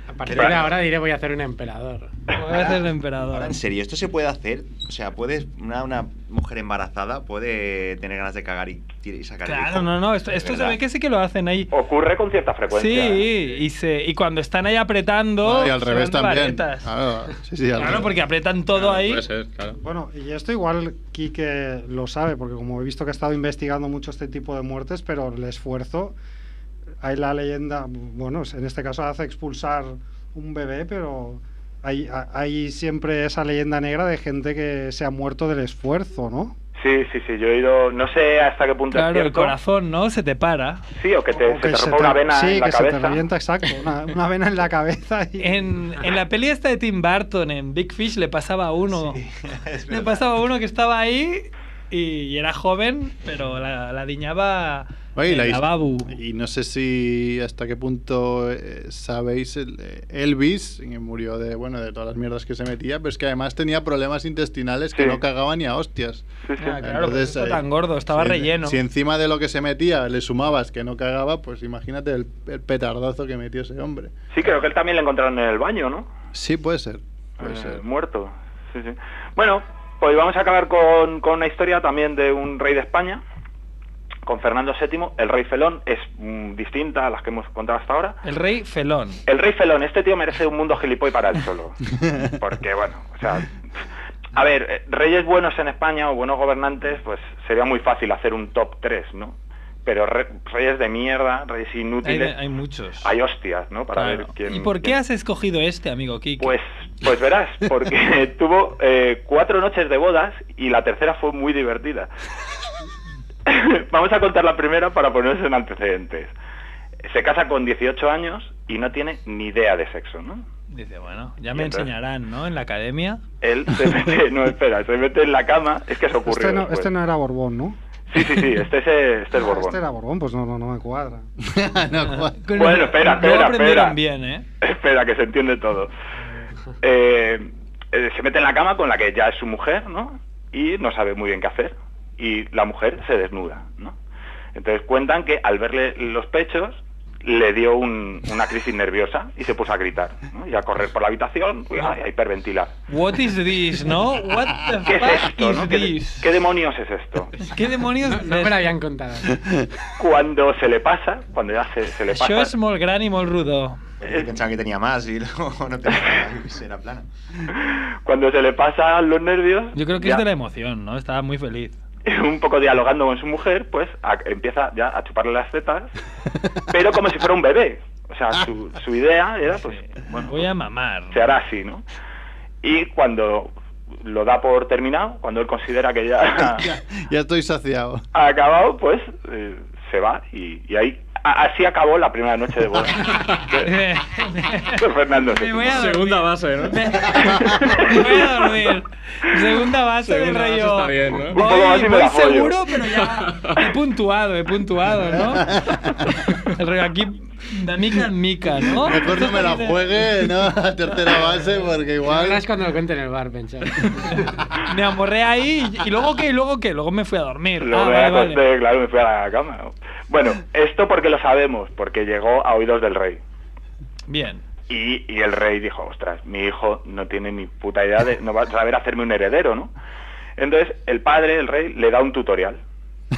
Speaker 7: A partir de ahora diré voy a hacer un emperador.
Speaker 4: Voy a ser el emperador.
Speaker 10: Ahora, en serio, ¿esto se puede hacer? O sea, ¿puedes una, una mujer embarazada puede tener ganas de cagar y, tir- y sacar el
Speaker 4: Claro,
Speaker 10: hijo?
Speaker 4: no, no. Esto,
Speaker 10: De
Speaker 4: esto se
Speaker 10: verdad.
Speaker 4: ve que sí que lo hacen ahí.
Speaker 13: Ocurre con cierta frecuencia. ¿eh?
Speaker 4: Sí, y, se, y cuando están ahí apretando.
Speaker 6: No, y al
Speaker 4: se
Speaker 6: revés
Speaker 4: dan de
Speaker 6: también.
Speaker 4: varetas.
Speaker 6: Claro, sí, sí, al
Speaker 4: Claro,
Speaker 6: revés.
Speaker 4: porque apretan todo ahí.
Speaker 8: Bueno, y esto igual Quique lo sabe, porque como he visto que ha estado investigando mucho este tipo de muertes, pero el esfuerzo, hay la leyenda, bueno, en este caso hace expulsar un bebé, pero hay, a- hay siempre esa leyenda negra de gente que se ha muerto del esfuerzo, ¿no?
Speaker 13: Sí, sí, sí, yo he ido, no sé hasta qué punto es
Speaker 4: Claro, el
Speaker 13: cierto.
Speaker 4: corazón, ¿no? Se te para.
Speaker 13: Sí, o que te, se te rompa una vena en la cabeza.
Speaker 8: exacto. Una, vena en la cabeza.
Speaker 4: En, la peli esta de Tim Burton, en Big Fish, le pasaba a uno. le pasaba a uno que estaba ahí y, y era joven, pero la, la diñaba.
Speaker 6: Oye,
Speaker 4: en
Speaker 6: la his-
Speaker 4: lavabo.
Speaker 6: y no sé si hasta qué punto eh, sabéis, el- eh, Elvis eh, murió de, bueno, de todas las mierdas que se metía, pero es que además tenía problemas intestinales que
Speaker 4: Sí.
Speaker 6: no cagaban ni a hostias.
Speaker 4: Ah, claro, porque estaba
Speaker 6: eh,
Speaker 4: tan gordo,
Speaker 6: si
Speaker 4: estaba
Speaker 6: en-
Speaker 4: relleno.
Speaker 6: Si encima de lo que se metía le sumabas que no cagaba, pues imagínate el, el petardazo que metió ese hombre.
Speaker 13: Sí, creo que él también lo encontraron en el baño, ¿no?
Speaker 6: Sí, puede ser.
Speaker 13: Eh, Muerto. Sí, sí. Bueno, pues vamos a acabar con, con una historia también de un rey de España, con Fernando VII. El rey felón es mm, distinta a las que hemos contado hasta ahora.
Speaker 4: El rey felón.
Speaker 13: El rey felón, este tío merece un mundo gilipoy para él solo. Porque, bueno, o sea. A ver, eh, reyes buenos en España o buenos gobernantes, pues sería muy fácil hacer un top 3, ¿no? Pero re- reyes de mierda, reyes
Speaker 4: Hay,
Speaker 13: inútiles,
Speaker 4: de-
Speaker 13: hay,
Speaker 4: hay muchos.
Speaker 13: hostias, ¿no? Para
Speaker 4: Claro.
Speaker 13: ver quién. *laughs*
Speaker 4: ¿Y por qué has escogido este, amigo Kiki?
Speaker 13: Pues, pues verás,
Speaker 4: *laughs*
Speaker 13: porque tuvo eh, cuatro noches de bodas y la tercera fue muy divertida. *laughs* Vamos a contar la primera para ponernos en antecedentes. Se casa con 18 años y no tiene ni idea de sexo, ¿no?
Speaker 4: Dice, bueno, ya me
Speaker 13: entonces?
Speaker 4: enseñarán, ¿no? En la academia.
Speaker 13: Él
Speaker 8: *laughs*
Speaker 13: se mete, no espera, se mete en la cama, es que se ocurrió.
Speaker 8: Este no,
Speaker 13: después.
Speaker 8: este no era Borbón, ¿no?
Speaker 13: Sí, sí, sí, este es, eh, este es
Speaker 8: Ah,
Speaker 13: Borbón.
Speaker 8: Este era Borbón, pues no, no, no me
Speaker 4: *laughs*
Speaker 8: cuadra.
Speaker 13: Bueno, espera, espera, espera.
Speaker 4: bien, ¿eh?
Speaker 13: *laughs* Espera, que se entiende todo. Eh, eh, se mete en la cama con la que ya es su mujer, ¿no? Y no sabe muy bien qué hacer. Y la mujer se desnuda, ¿no? Entonces cuentan que al verle los pechos le dio un- una crisis nerviosa y se puso a gritar, ¿no? Y a correr por la habitación y a, y a hiperventilar.
Speaker 4: What is this, ¿no? What the
Speaker 13: ¿Qué
Speaker 4: fuck
Speaker 13: es esto?
Speaker 4: is
Speaker 13: no? ¿Qué,
Speaker 4: this?
Speaker 13: qué demonios es esto?
Speaker 4: ¿Qué demonios?
Speaker 7: No me lo habían contado.
Speaker 13: *laughs* Cuando se le pasa, cuando ya se, se le pasa...
Speaker 4: Això és molt gran i molt rodó.
Speaker 10: Pensaba que tenía más y luego *laughs* no tenía más, era plana.
Speaker 13: *laughs* Cuando se le pasan los nervios...
Speaker 4: Yo creo que
Speaker 13: ya-
Speaker 4: es de la emoción, ¿no? Estaba muy feliz.
Speaker 13: *laughs* un poco dialogando con su mujer, pues a- empieza ya a chuparle las tetas, pero como si fuera un bebé. O sea, su, su idea era, pues, bueno,
Speaker 4: Voy a mamar.
Speaker 13: se hará así, ¿no? Y cuando lo da por terminado, cuando él considera que ya
Speaker 6: *laughs* Ya estoy saciado.
Speaker 13: ha acabado, pues eh, se va y, y ahí a- así acabó la primera noche de boda. *laughs* de, de Fernando.
Speaker 14: Segunda base,
Speaker 4: *laughs*
Speaker 14: ¿no?
Speaker 4: Voy a dormir. Segunda base
Speaker 14: Segunda base
Speaker 4: del rayo.
Speaker 14: está bien, ¿no? Un
Speaker 4: Voy,
Speaker 14: poco más y me
Speaker 4: voy
Speaker 14: la follo.
Speaker 4: seguro, pero ya *laughs* he puntuado, he puntuado,
Speaker 6: *laughs*
Speaker 4: ¿no? El rayo aquí de mica en mica, ¿no?
Speaker 6: Mejor no me la juegue, ¿no? A tercera base, porque igual.
Speaker 7: Ahora es cuando lo cuente en el bar, pensar.
Speaker 4: *laughs* Me amorré ahí y, y luego qué, y luego qué, luego me fui a dormir.
Speaker 13: Lo
Speaker 4: Ah,
Speaker 13: me
Speaker 4: vale,
Speaker 13: acosté,
Speaker 4: vale.
Speaker 13: claro, me fui a la cama. Bueno, esto porque lo sabemos, porque llegó a oídos del rey.
Speaker 4: Bien.
Speaker 13: Y, y el rey dijo, ostras, mi hijo no tiene ni puta idea de, no va a saber hacerme un heredero, ¿no? Entonces, el padre, el rey, le da un tutorial.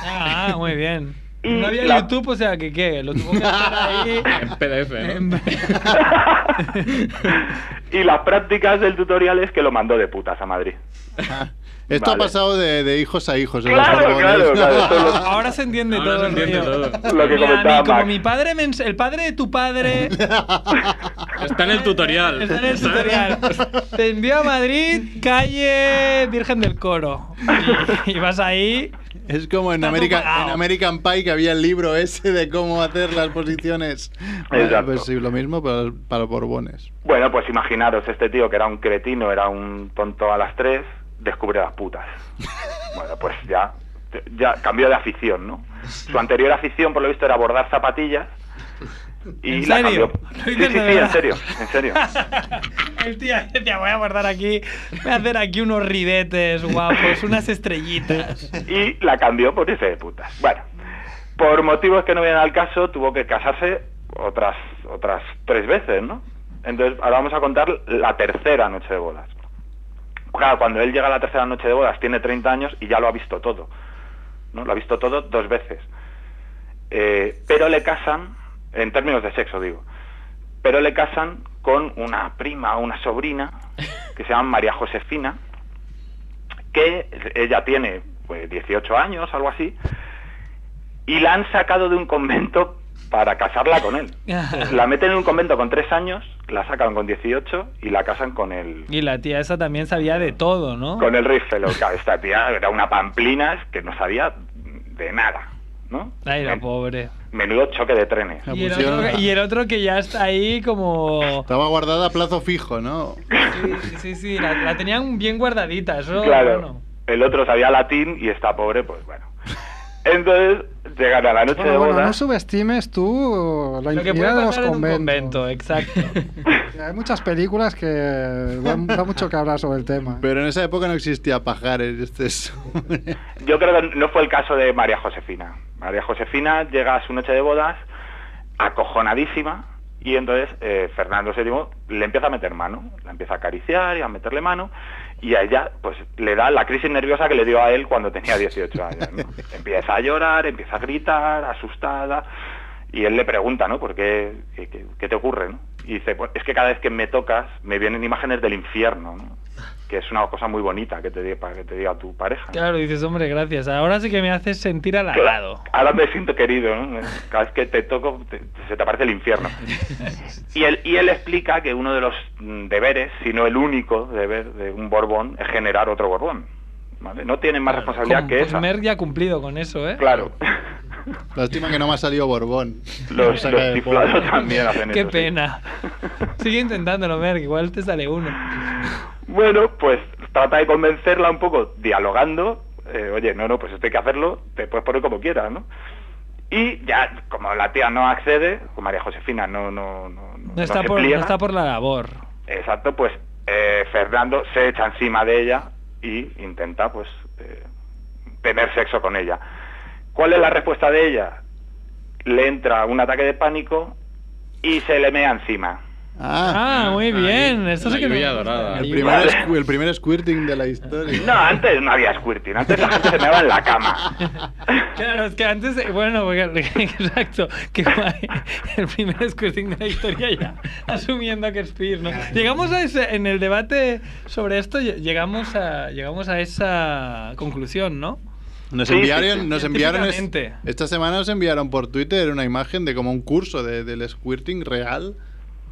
Speaker 4: Ah, muy bien.
Speaker 13: Y
Speaker 4: no había
Speaker 13: la-
Speaker 4: YouTube, o sea, que qué, lo tuvo que hacer
Speaker 6: *laughs*
Speaker 4: ahí.
Speaker 14: En PDF, ¿no?
Speaker 13: Y las prácticas del tutorial es que lo mandó de putas a Madrid.
Speaker 6: Esto
Speaker 13: Vale.
Speaker 6: ha pasado de, de hijos a hijos. en los
Speaker 13: Claro,
Speaker 6: Borbones. *laughs*
Speaker 13: claro, claro, esto lo-
Speaker 4: Ahora se entiende
Speaker 13: Ahora
Speaker 4: todo.
Speaker 13: se entiende
Speaker 4: el rollo.
Speaker 13: todo. Lo que
Speaker 4: Mira, a mí,
Speaker 13: comentaba
Speaker 4: como
Speaker 13: Mac.
Speaker 4: mi padre, me ens- el padre de
Speaker 6: *laughs*
Speaker 4: tu padre
Speaker 14: Está en el tutorial.
Speaker 4: Está en el tutorial. Te envió a Madrid, calle Virgen del Coro. Y, y vas ahí.
Speaker 6: Es como en, América, en American Pie que había el libro ese de cómo hacer las posiciones. Vale,
Speaker 13: Exacto.
Speaker 6: Pues sí, lo mismo para, para Borbones.
Speaker 13: Bueno, pues imaginaros, este tío que era un cretino, era un tonto a las tres, descubre las
Speaker 4: *laughs*
Speaker 13: putas. Bueno, pues ya, ya cambió de afición, ¿no? Su anterior afición, por lo visto, era bordar zapatillas. Y
Speaker 4: ¿En
Speaker 13: la
Speaker 4: serio?
Speaker 13: cambió. Sí,
Speaker 4: ¿Lo
Speaker 13: sí,
Speaker 4: dices
Speaker 13: sí,
Speaker 4: de
Speaker 13: en
Speaker 4: verdad?
Speaker 13: serio, en serio.
Speaker 4: El tío decía, voy a guardar aquí, voy a hacer aquí unos ribetes guapos, unas estrellitas.
Speaker 13: Y la cambió por irse de putas. Bueno, por motivos que no vienen al caso, tuvo que casarse otras, otras tres veces, ¿no? Entonces, ahora vamos a contar la tercera noche de bodas. Claro, cuando él llega a la tercera noche de bodas, tiene 30 años y ya lo ha visto todo. ¿no? Lo ha visto todo dos veces. Eh, pero le casan, en términos de sexo digo, pero le casan con una prima o una sobrina que se llama María Josefina, que ella tiene pues, 18 años, algo así, y la han sacado de un convento para casarla con él. La meten en un convento con 3 años, la sacan con 18 y la casan con el,
Speaker 4: Y la tía esa también sabía de todo, ¿no?
Speaker 13: con el rey Felo. Claro, esta tía era una pamplina que no sabía de nada.
Speaker 4: Ay, la pobre.
Speaker 13: Menudo choque de trenes.
Speaker 4: Y el, otro, y el otro que ya está ahí como...
Speaker 6: Estaba guardada a plazo fijo, ¿no?
Speaker 13: *laughs*
Speaker 4: Sí, sí, sí, la, la tenían bien guardadita, eso...
Speaker 13: Claro.
Speaker 4: bueno.
Speaker 13: El otro sabía latín y esta pobre, pues
Speaker 4: *laughs*
Speaker 13: bueno. Entonces llegan a la noche
Speaker 8: Bueno,
Speaker 13: de
Speaker 8: bueno, no
Speaker 13: bodas.
Speaker 8: subestimes tú la
Speaker 4: Lo que
Speaker 8: intimidad
Speaker 4: puede
Speaker 8: de los
Speaker 4: pasar en un
Speaker 8: conventos.
Speaker 13: *laughs*
Speaker 4: convento, exacto.
Speaker 8: Hay muchas películas que dan, da mucho que hablar sobre el tema.
Speaker 6: Pero en esa época no existía pajares. Este es...
Speaker 13: Yo creo que no fue el caso de María Josefina. María Josefina llega a su noche de bodas acojonadísima y entonces eh, Fernando VII le empieza a meter mano, la empieza a acariciar y a meterle mano y a ella pues le da la crisis nerviosa que le dio a él cuando tenía 18 años. ¿no? empieza a llorar, empieza a gritar, asustada y él le pregunta, ¿no? ¿Por qué, qué, qué- qué te ocurre? ¿no? Y dice, pues es que cada vez que me tocas me vienen imágenes del infierno, ¿no? que es una cosa muy bonita que te, di- para que te diga tu pareja.
Speaker 4: Claro, dices, hombre, gracias. Ahora sí que me haces sentir halagado.
Speaker 13: Claro, Ahora me siento querido, ¿no? Cada vez que te toco te- se te aparece el infierno. Y él, y él explica que uno de los mm, deberes, si no el único deber de un Borbón, es generar otro Borbón. ¿vale? No tienen más responsabilidad
Speaker 4: Con-
Speaker 13: que
Speaker 4: pues
Speaker 13: esa.
Speaker 4: Merck ya ha cumplido con eso, ¿eh?
Speaker 13: Claro,
Speaker 6: *laughs* Lástima que no me ha salido Borbón.
Speaker 13: los,
Speaker 6: Saca
Speaker 13: los
Speaker 6: de
Speaker 13: chiflados
Speaker 6: polvo.
Speaker 13: también hacen
Speaker 4: *laughs* Qué
Speaker 13: eso. sí.
Speaker 4: pena. Sigue intentándolo, Merck, igual te sale uno.
Speaker 13: Bueno, pues trata de convencerla un poco dialogando. eh, Oye, no, no, pues esto hay que hacerlo, te puedes poner como quieras, ¿no? Y ya, como la tía no accede, como María Josefina no, no, no, no-
Speaker 4: No está,
Speaker 13: se
Speaker 4: por, no
Speaker 13: pliega,
Speaker 4: está por la labor.
Speaker 13: Exacto, pues eh, Fernando se echa encima de ella y intenta pues eh, tener sexo con ella. ¿Cuál es la respuesta de ella? Le entra un ataque de pánico y se le mea encima.
Speaker 4: Ah, muy bien. Esto sí que me-
Speaker 6: El primer, squ- el primer squirting de la historia.
Speaker 13: No, antes no había squirting, antes la gente se meaba en la cama.
Speaker 4: *laughs* Claro, es que antes, eh, bueno, porque- *laughs* exacto, que guay. el primer squirting de la historia ya, asumiendo que es Spear, ¿no? *laughs* Llegamos a ese, en el debate sobre esto, lle- llegamos a, llegamos a esa conclusión, ¿no?
Speaker 6: Nos
Speaker 4: Sí, sí,
Speaker 6: enviaron,
Speaker 4: sí.
Speaker 6: nos enviaron es-
Speaker 4: Científicamente.
Speaker 6: esta semana nos enviaron por Twitter una imagen de como un curso de- del squirting real,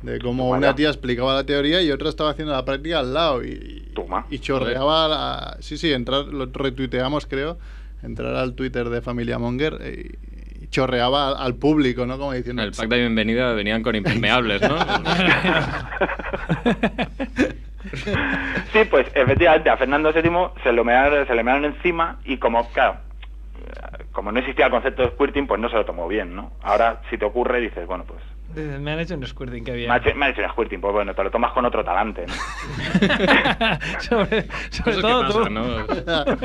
Speaker 6: de cómo
Speaker 13: Toma
Speaker 6: una
Speaker 13: ya.
Speaker 6: tía explicaba la teoría y otra estaba haciendo la práctica al lado y,
Speaker 13: Toma.
Speaker 6: y chorreaba. la- sí, sí, entrar, lo retuiteamos creo, entrar al Twitter de Familia Monger eh, y, chorreaba al, al público, ¿no? Como diciendo.
Speaker 14: El pack de bienvenida venían con impermeables,
Speaker 4: *laughs*
Speaker 14: ¿no?
Speaker 13: Sí, pues efectivamente a Fernando VII se, lo mearon- se le mearon encima y como, claro, como no existía el concepto de squirting, pues no se lo tomó bien, ¿no? Ahora, si te ocurre, dices, bueno, pues
Speaker 4: Eh, Me han hecho un squirting, qué bien.
Speaker 13: me ha hecho, me ha hecho un squirting, pues bueno, te lo tomas con otro talante, ¿no?
Speaker 4: sobre sobre
Speaker 13: Cosas que
Speaker 4: todo tú.
Speaker 13: pasan,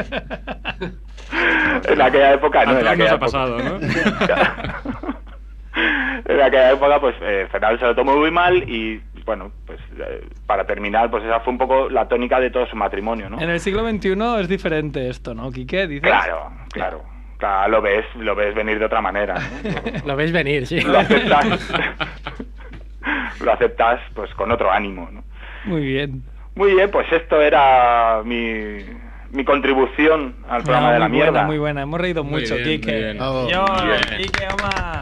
Speaker 13: *laughs* en aquella época,
Speaker 14: A
Speaker 13: ¿no? En
Speaker 14: todos nos
Speaker 13: aquella
Speaker 14: ha
Speaker 13: época.
Speaker 14: pasado, ¿no?
Speaker 13: *laughs* en aquella época, pues eh, Fernando se lo tomó muy mal y, bueno, pues eh, para terminar, pues esa fue un poco la tónica de todo su matrimonio, ¿no?
Speaker 4: En el siglo XXI es diferente esto, ¿no, Quique? Dices,
Speaker 13: Claro, claro. Claro, lo ves, lo ves venir de otra manera.
Speaker 4: *laughs*
Speaker 7: Lo veis venir, sí.
Speaker 13: ¿no? Lo aceptas. lo aceptas pues con otro ánimo, ¿no?
Speaker 4: Muy bien.
Speaker 13: Muy bien, pues esto era mi, mi contribución al programa
Speaker 4: No,
Speaker 13: de la
Speaker 4: Ah, muy buena,
Speaker 13: mierda.
Speaker 4: muy buena. Hemos reído
Speaker 14: Muy
Speaker 4: mucho,
Speaker 14: bien, muy
Speaker 4: Quique.
Speaker 14: bien.
Speaker 4: Yo, eh,
Speaker 14: Muy bien.
Speaker 4: Quique, oma.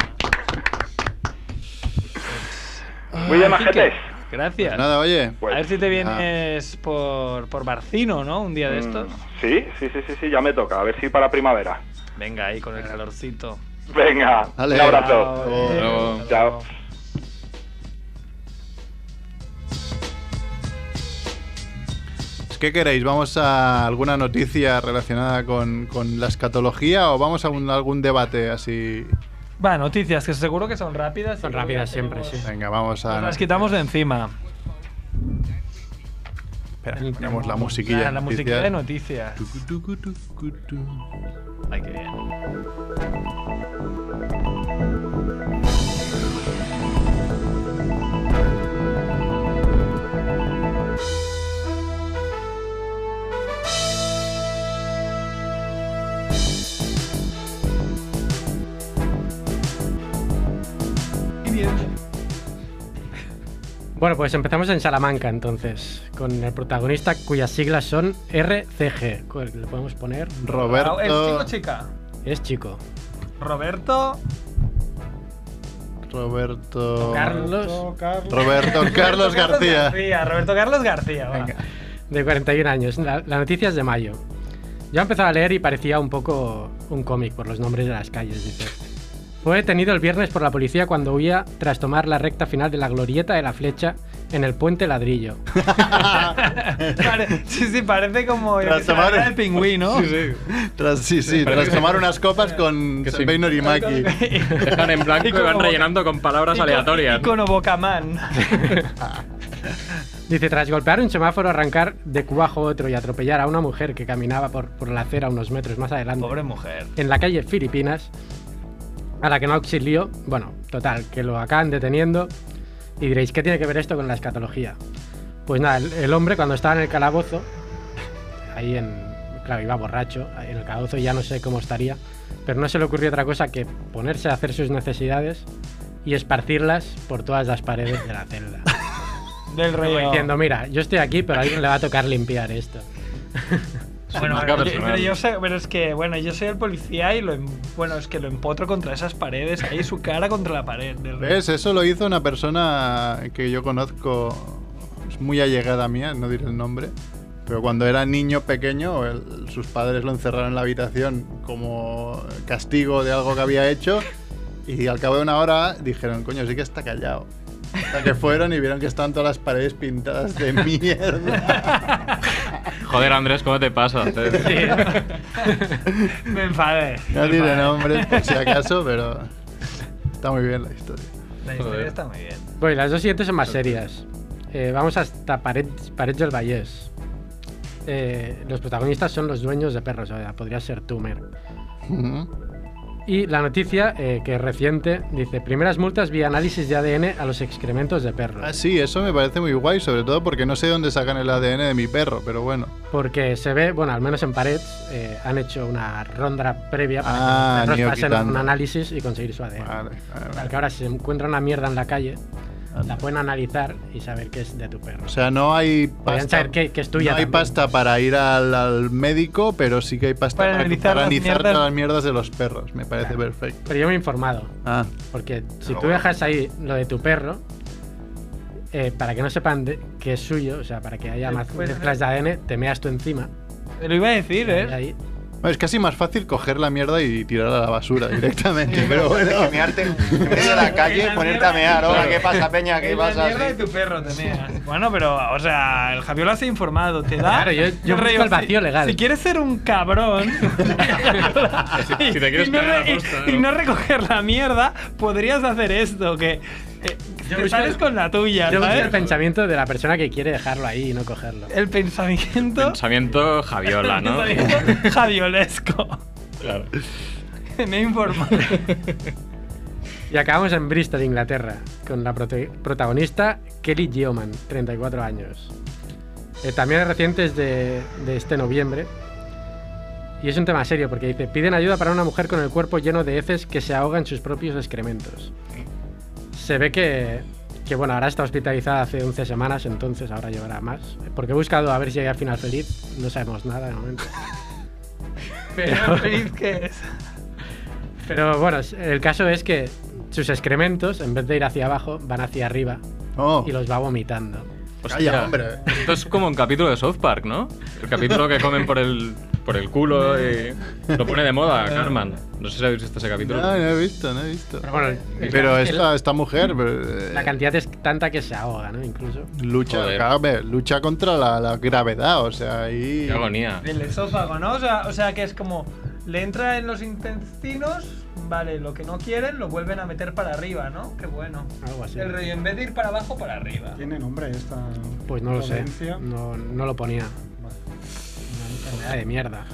Speaker 13: Muy bien, Pues
Speaker 4: Ay, Quique,
Speaker 13: majetes.
Speaker 4: Gracias.
Speaker 6: Pues
Speaker 4: Pues
Speaker 6: Nada, oye. Ah.
Speaker 4: a ver si te vienes por, por Barcino, ¿no? Un
Speaker 14: Mm.
Speaker 4: día de estos.
Speaker 13: Mm, Sí, sí, sí, sí, sí, ya me toca. A ver si para primavera.
Speaker 4: Venga, ahí con el calorcito.
Speaker 13: Venga,
Speaker 6: Dale.
Speaker 13: un abrazo.
Speaker 4: Chao, eh.
Speaker 14: Luego.
Speaker 13: Chao.
Speaker 6: ¿Qué queréis? ¿Vamos a alguna noticia relacionada con, con la escatología o vamos a un- algún debate así?
Speaker 4: Va, noticias que seguro que son rápidas.
Speaker 7: Son rápidas siempre, sí.
Speaker 6: Venga, vamos a.
Speaker 4: Nos las quitamos de encima.
Speaker 6: Espera, ponemos la musiquilla.
Speaker 4: Ah, la
Speaker 6: de
Speaker 4: musiquilla de
Speaker 6: noticias.
Speaker 4: noticias. Ay, qué bien.
Speaker 7: Bueno, pues empezamos en Salamanca entonces, con el protagonista cuyas siglas son RCG. cu- Le podemos poner.
Speaker 6: Roberto.
Speaker 4: ¿Es Ah, chico o chica?
Speaker 7: Es chico.
Speaker 4: Roberto.
Speaker 6: Roberto.
Speaker 7: Carlos.
Speaker 6: Roberto Carlos García.
Speaker 4: Roberto
Speaker 10: *laughs*
Speaker 4: Carlos García. va.
Speaker 7: De 41 años. La, la noticia es de mayo. Yo empezaba a leer y parecía un poco un cómic por los nombres de las calles, dice. Fue detenido el viernes por la policía cuando huía tras tomar la recta final de la glorieta de la flecha en el puente ladrillo.
Speaker 4: Pare- sí, sí, parece como
Speaker 6: Tras tomar-
Speaker 4: el pingüino.
Speaker 6: Sí, Tras, sí, sí,
Speaker 14: Parece
Speaker 6: tras
Speaker 14: que-
Speaker 6: *laughs* tomar unas copas con
Speaker 14: que sí.
Speaker 6: Sanbei Norimaki.
Speaker 14: Dejan en blanco y,
Speaker 4: Y como
Speaker 14: van
Speaker 4: boca-
Speaker 14: rellenando con palabras aleatorias. *laughs*
Speaker 4: Icono Bocamán.
Speaker 7: Dice, tras golpear un semáforo, arrancar de cubajo otro y atropellar a una mujer que caminaba por, por la acera unos metros más adelante.
Speaker 4: Pobre mujer.
Speaker 7: en la calle Filipinas, a la que no auxilió. Bueno, total, que lo acaban deteniendo. Y diréis, ¿qué tiene que ver esto con la escatología? Pues nada, el, el hombre cuando estaba en el calabozo, ahí en. Claro, iba borracho, en el calabozo ya no sé cómo estaría, pero no se le ocurrió otra cosa que ponerse a hacer sus necesidades y esparcirlas por todas las paredes de la
Speaker 14: *laughs*
Speaker 7: celda.
Speaker 4: Del
Speaker 7: Como
Speaker 4: rollo.
Speaker 7: diciendo, mira, yo estoy aquí, pero a alguien le va a tocar limpiar esto.
Speaker 4: Bueno,
Speaker 14: marca
Speaker 4: yo-
Speaker 14: personal.
Speaker 4: pero yo sé, pero es que, bueno, yo soy el policía y lo, em- bueno, es que lo empotro contra esas paredes, ahí su cara contra la pared. Del rollo.
Speaker 6: ¿Ves? Eso lo hizo una persona que yo conozco, es muy allegada mía, no diré el nombre, pero cuando era niño pequeño, el- sus padres lo encerraron en la habitación como castigo de algo que había hecho y al cabo de una hora dijeron, coño, sí que está callado. Hasta que fueron y vieron que estaban todas las paredes pintadas de mierda.
Speaker 14: Joder, Andrés, ¿cómo te pasa?
Speaker 4: Me enfadé.
Speaker 6: No diré nombres por si acaso, pero está muy bien la historia.
Speaker 4: La historia está muy bien.
Speaker 7: Bueno, y las dos siguientes son más serias. Eh, vamos hasta Parets, Parets del Vallés. Eh, los protagonistas son los dueños de perros, o sea, podría ser Tumer. Y la noticia, eh, que es reciente, dice: primeras multas vía análisis de ADN a los excrementos de perros.
Speaker 6: Ah, sí, eso me parece muy guay, sobre todo porque no sé dónde sacan el ADN de mi perro, pero bueno.
Speaker 7: Porque se ve, bueno, al menos en Parets, eh, han hecho una ronda previa para
Speaker 6: Ah, han
Speaker 7: que los
Speaker 6: ido
Speaker 7: perros pasen
Speaker 6: quitando.
Speaker 7: un análisis y conseguir su ADN.
Speaker 6: Vale, vale, vale.
Speaker 7: Porque ahora, si se encuentra una mierda en la calle, la pueden analizar y saber que es de tu perro.
Speaker 6: O sea, no hay
Speaker 7: Podrían
Speaker 6: pasta,
Speaker 7: saber que, que es
Speaker 6: no
Speaker 7: tuya.
Speaker 6: hay
Speaker 7: también.
Speaker 6: pasta para ir al, al médico, pero sí que hay pasta
Speaker 4: Para
Speaker 6: para,
Speaker 4: analizar
Speaker 6: para
Speaker 4: las
Speaker 6: analizar
Speaker 4: mierdas.
Speaker 6: todas las mierdas de los perros. Me parece perfecto.
Speaker 7: Pero yo me he informado.
Speaker 6: Ah,
Speaker 7: Porque si
Speaker 6: Ah,
Speaker 7: tú
Speaker 6: bueno.
Speaker 7: dejas ahí lo de tu perro, eh, para que no sepan de- que es suyo, o sea, para que haya más
Speaker 4: Después de-
Speaker 7: mezclas de ADN, te meas tú encima.
Speaker 4: Te lo iba a decir,
Speaker 7: y
Speaker 4: ¿eh?
Speaker 7: ahí
Speaker 6: Bueno, es casi más fácil coger la mierda y tirarla a la
Speaker 4: *laughs*
Speaker 6: basura directamente, pero bueno.
Speaker 10: Que mearte en medio de la calle, ponerte a mear. Hola, ¿qué pasa, Peña? ¿Qué
Speaker 4: En la
Speaker 10: pasa?
Speaker 4: mierda
Speaker 10: Sí.
Speaker 4: de tu perro te meas. Bueno, pero, o sea, el Javiola se ha informado, te da.
Speaker 7: Claro, yo- yo
Speaker 4: el
Speaker 7: busco el vacío
Speaker 4: si-
Speaker 7: legal.
Speaker 4: Si quieres ser un
Speaker 7: *laughs*
Speaker 4: cabrón. y,
Speaker 7: si te quieres
Speaker 4: y no
Speaker 7: pegar a
Speaker 4: re-
Speaker 7: la posta,
Speaker 4: y- y
Speaker 7: ¿no?
Speaker 4: no recoger la mierda, podrías hacer esto, que. eh, te
Speaker 7: busco-
Speaker 4: sales con la tuya,
Speaker 7: Yo busco el
Speaker 4: ¿sabes?
Speaker 7: pensamiento de la persona que quiere dejarlo ahí y no cogerlo.
Speaker 4: El
Speaker 3: *laughs*
Speaker 4: pensamiento.
Speaker 14: Pensamiento Javiola,
Speaker 4: *laughs*
Speaker 14: ¿no?
Speaker 4: pensamiento Javiolesco.
Speaker 14: Claro.
Speaker 4: *laughs* Me he
Speaker 7: *laughs*
Speaker 4: informado.
Speaker 7: Y acabamos en Bristol, Inglaterra, con la prote- protagonista Kelly Geoman, 34 años. Eh, también recientes de, de este noviembre. Y es un tema serio porque dice, piden ayuda para una mujer con el cuerpo lleno de heces que se ahoga en sus propios excrementos. Se ve que, que, bueno, ahora está hospitalizada hace 11 semanas, entonces ahora llevará más. Porque he buscado a ver si hay al final feliz, no sabemos nada de momento.
Speaker 4: Pero feliz que es.
Speaker 7: Pero bueno, el caso es que sus excrementos, en vez de ir hacia abajo, van hacia arriba
Speaker 6: Oh.
Speaker 7: y los va vomitando.
Speaker 14: Hostia, Esto es como un capítulo de South Park, ¿no? El capítulo que comen por el, por el culo y lo pone de moda, Carmen. No sé si habéis visto ese capítulo.
Speaker 6: *laughs* No, no he visto, no he visto.
Speaker 7: Pero, bueno, el-
Speaker 6: Pero
Speaker 7: el-
Speaker 6: esta, esta mujer eh,
Speaker 7: La cantidad es tanta que se ahoga, ¿no? Incluso.
Speaker 6: lucha,
Speaker 7: Joder.
Speaker 6: claro, hombre, lucha contra la, la gravedad, o sea, ahí.
Speaker 7: Qué agonía.
Speaker 4: Del esófago, ¿no? O sea, o sea, que es como, le entra en los intestinos, vale, lo que no quieren lo vuelven a meter para arriba, ¿no? Qué bueno.
Speaker 7: Algo así.
Speaker 4: El rollo, en vez de ir para abajo, para arriba.
Speaker 8: ¿Tiene nombre esta?
Speaker 7: Pues no lo sé.
Speaker 8: dolencia?
Speaker 7: No, no lo ponía. Una enfermedad de mierda.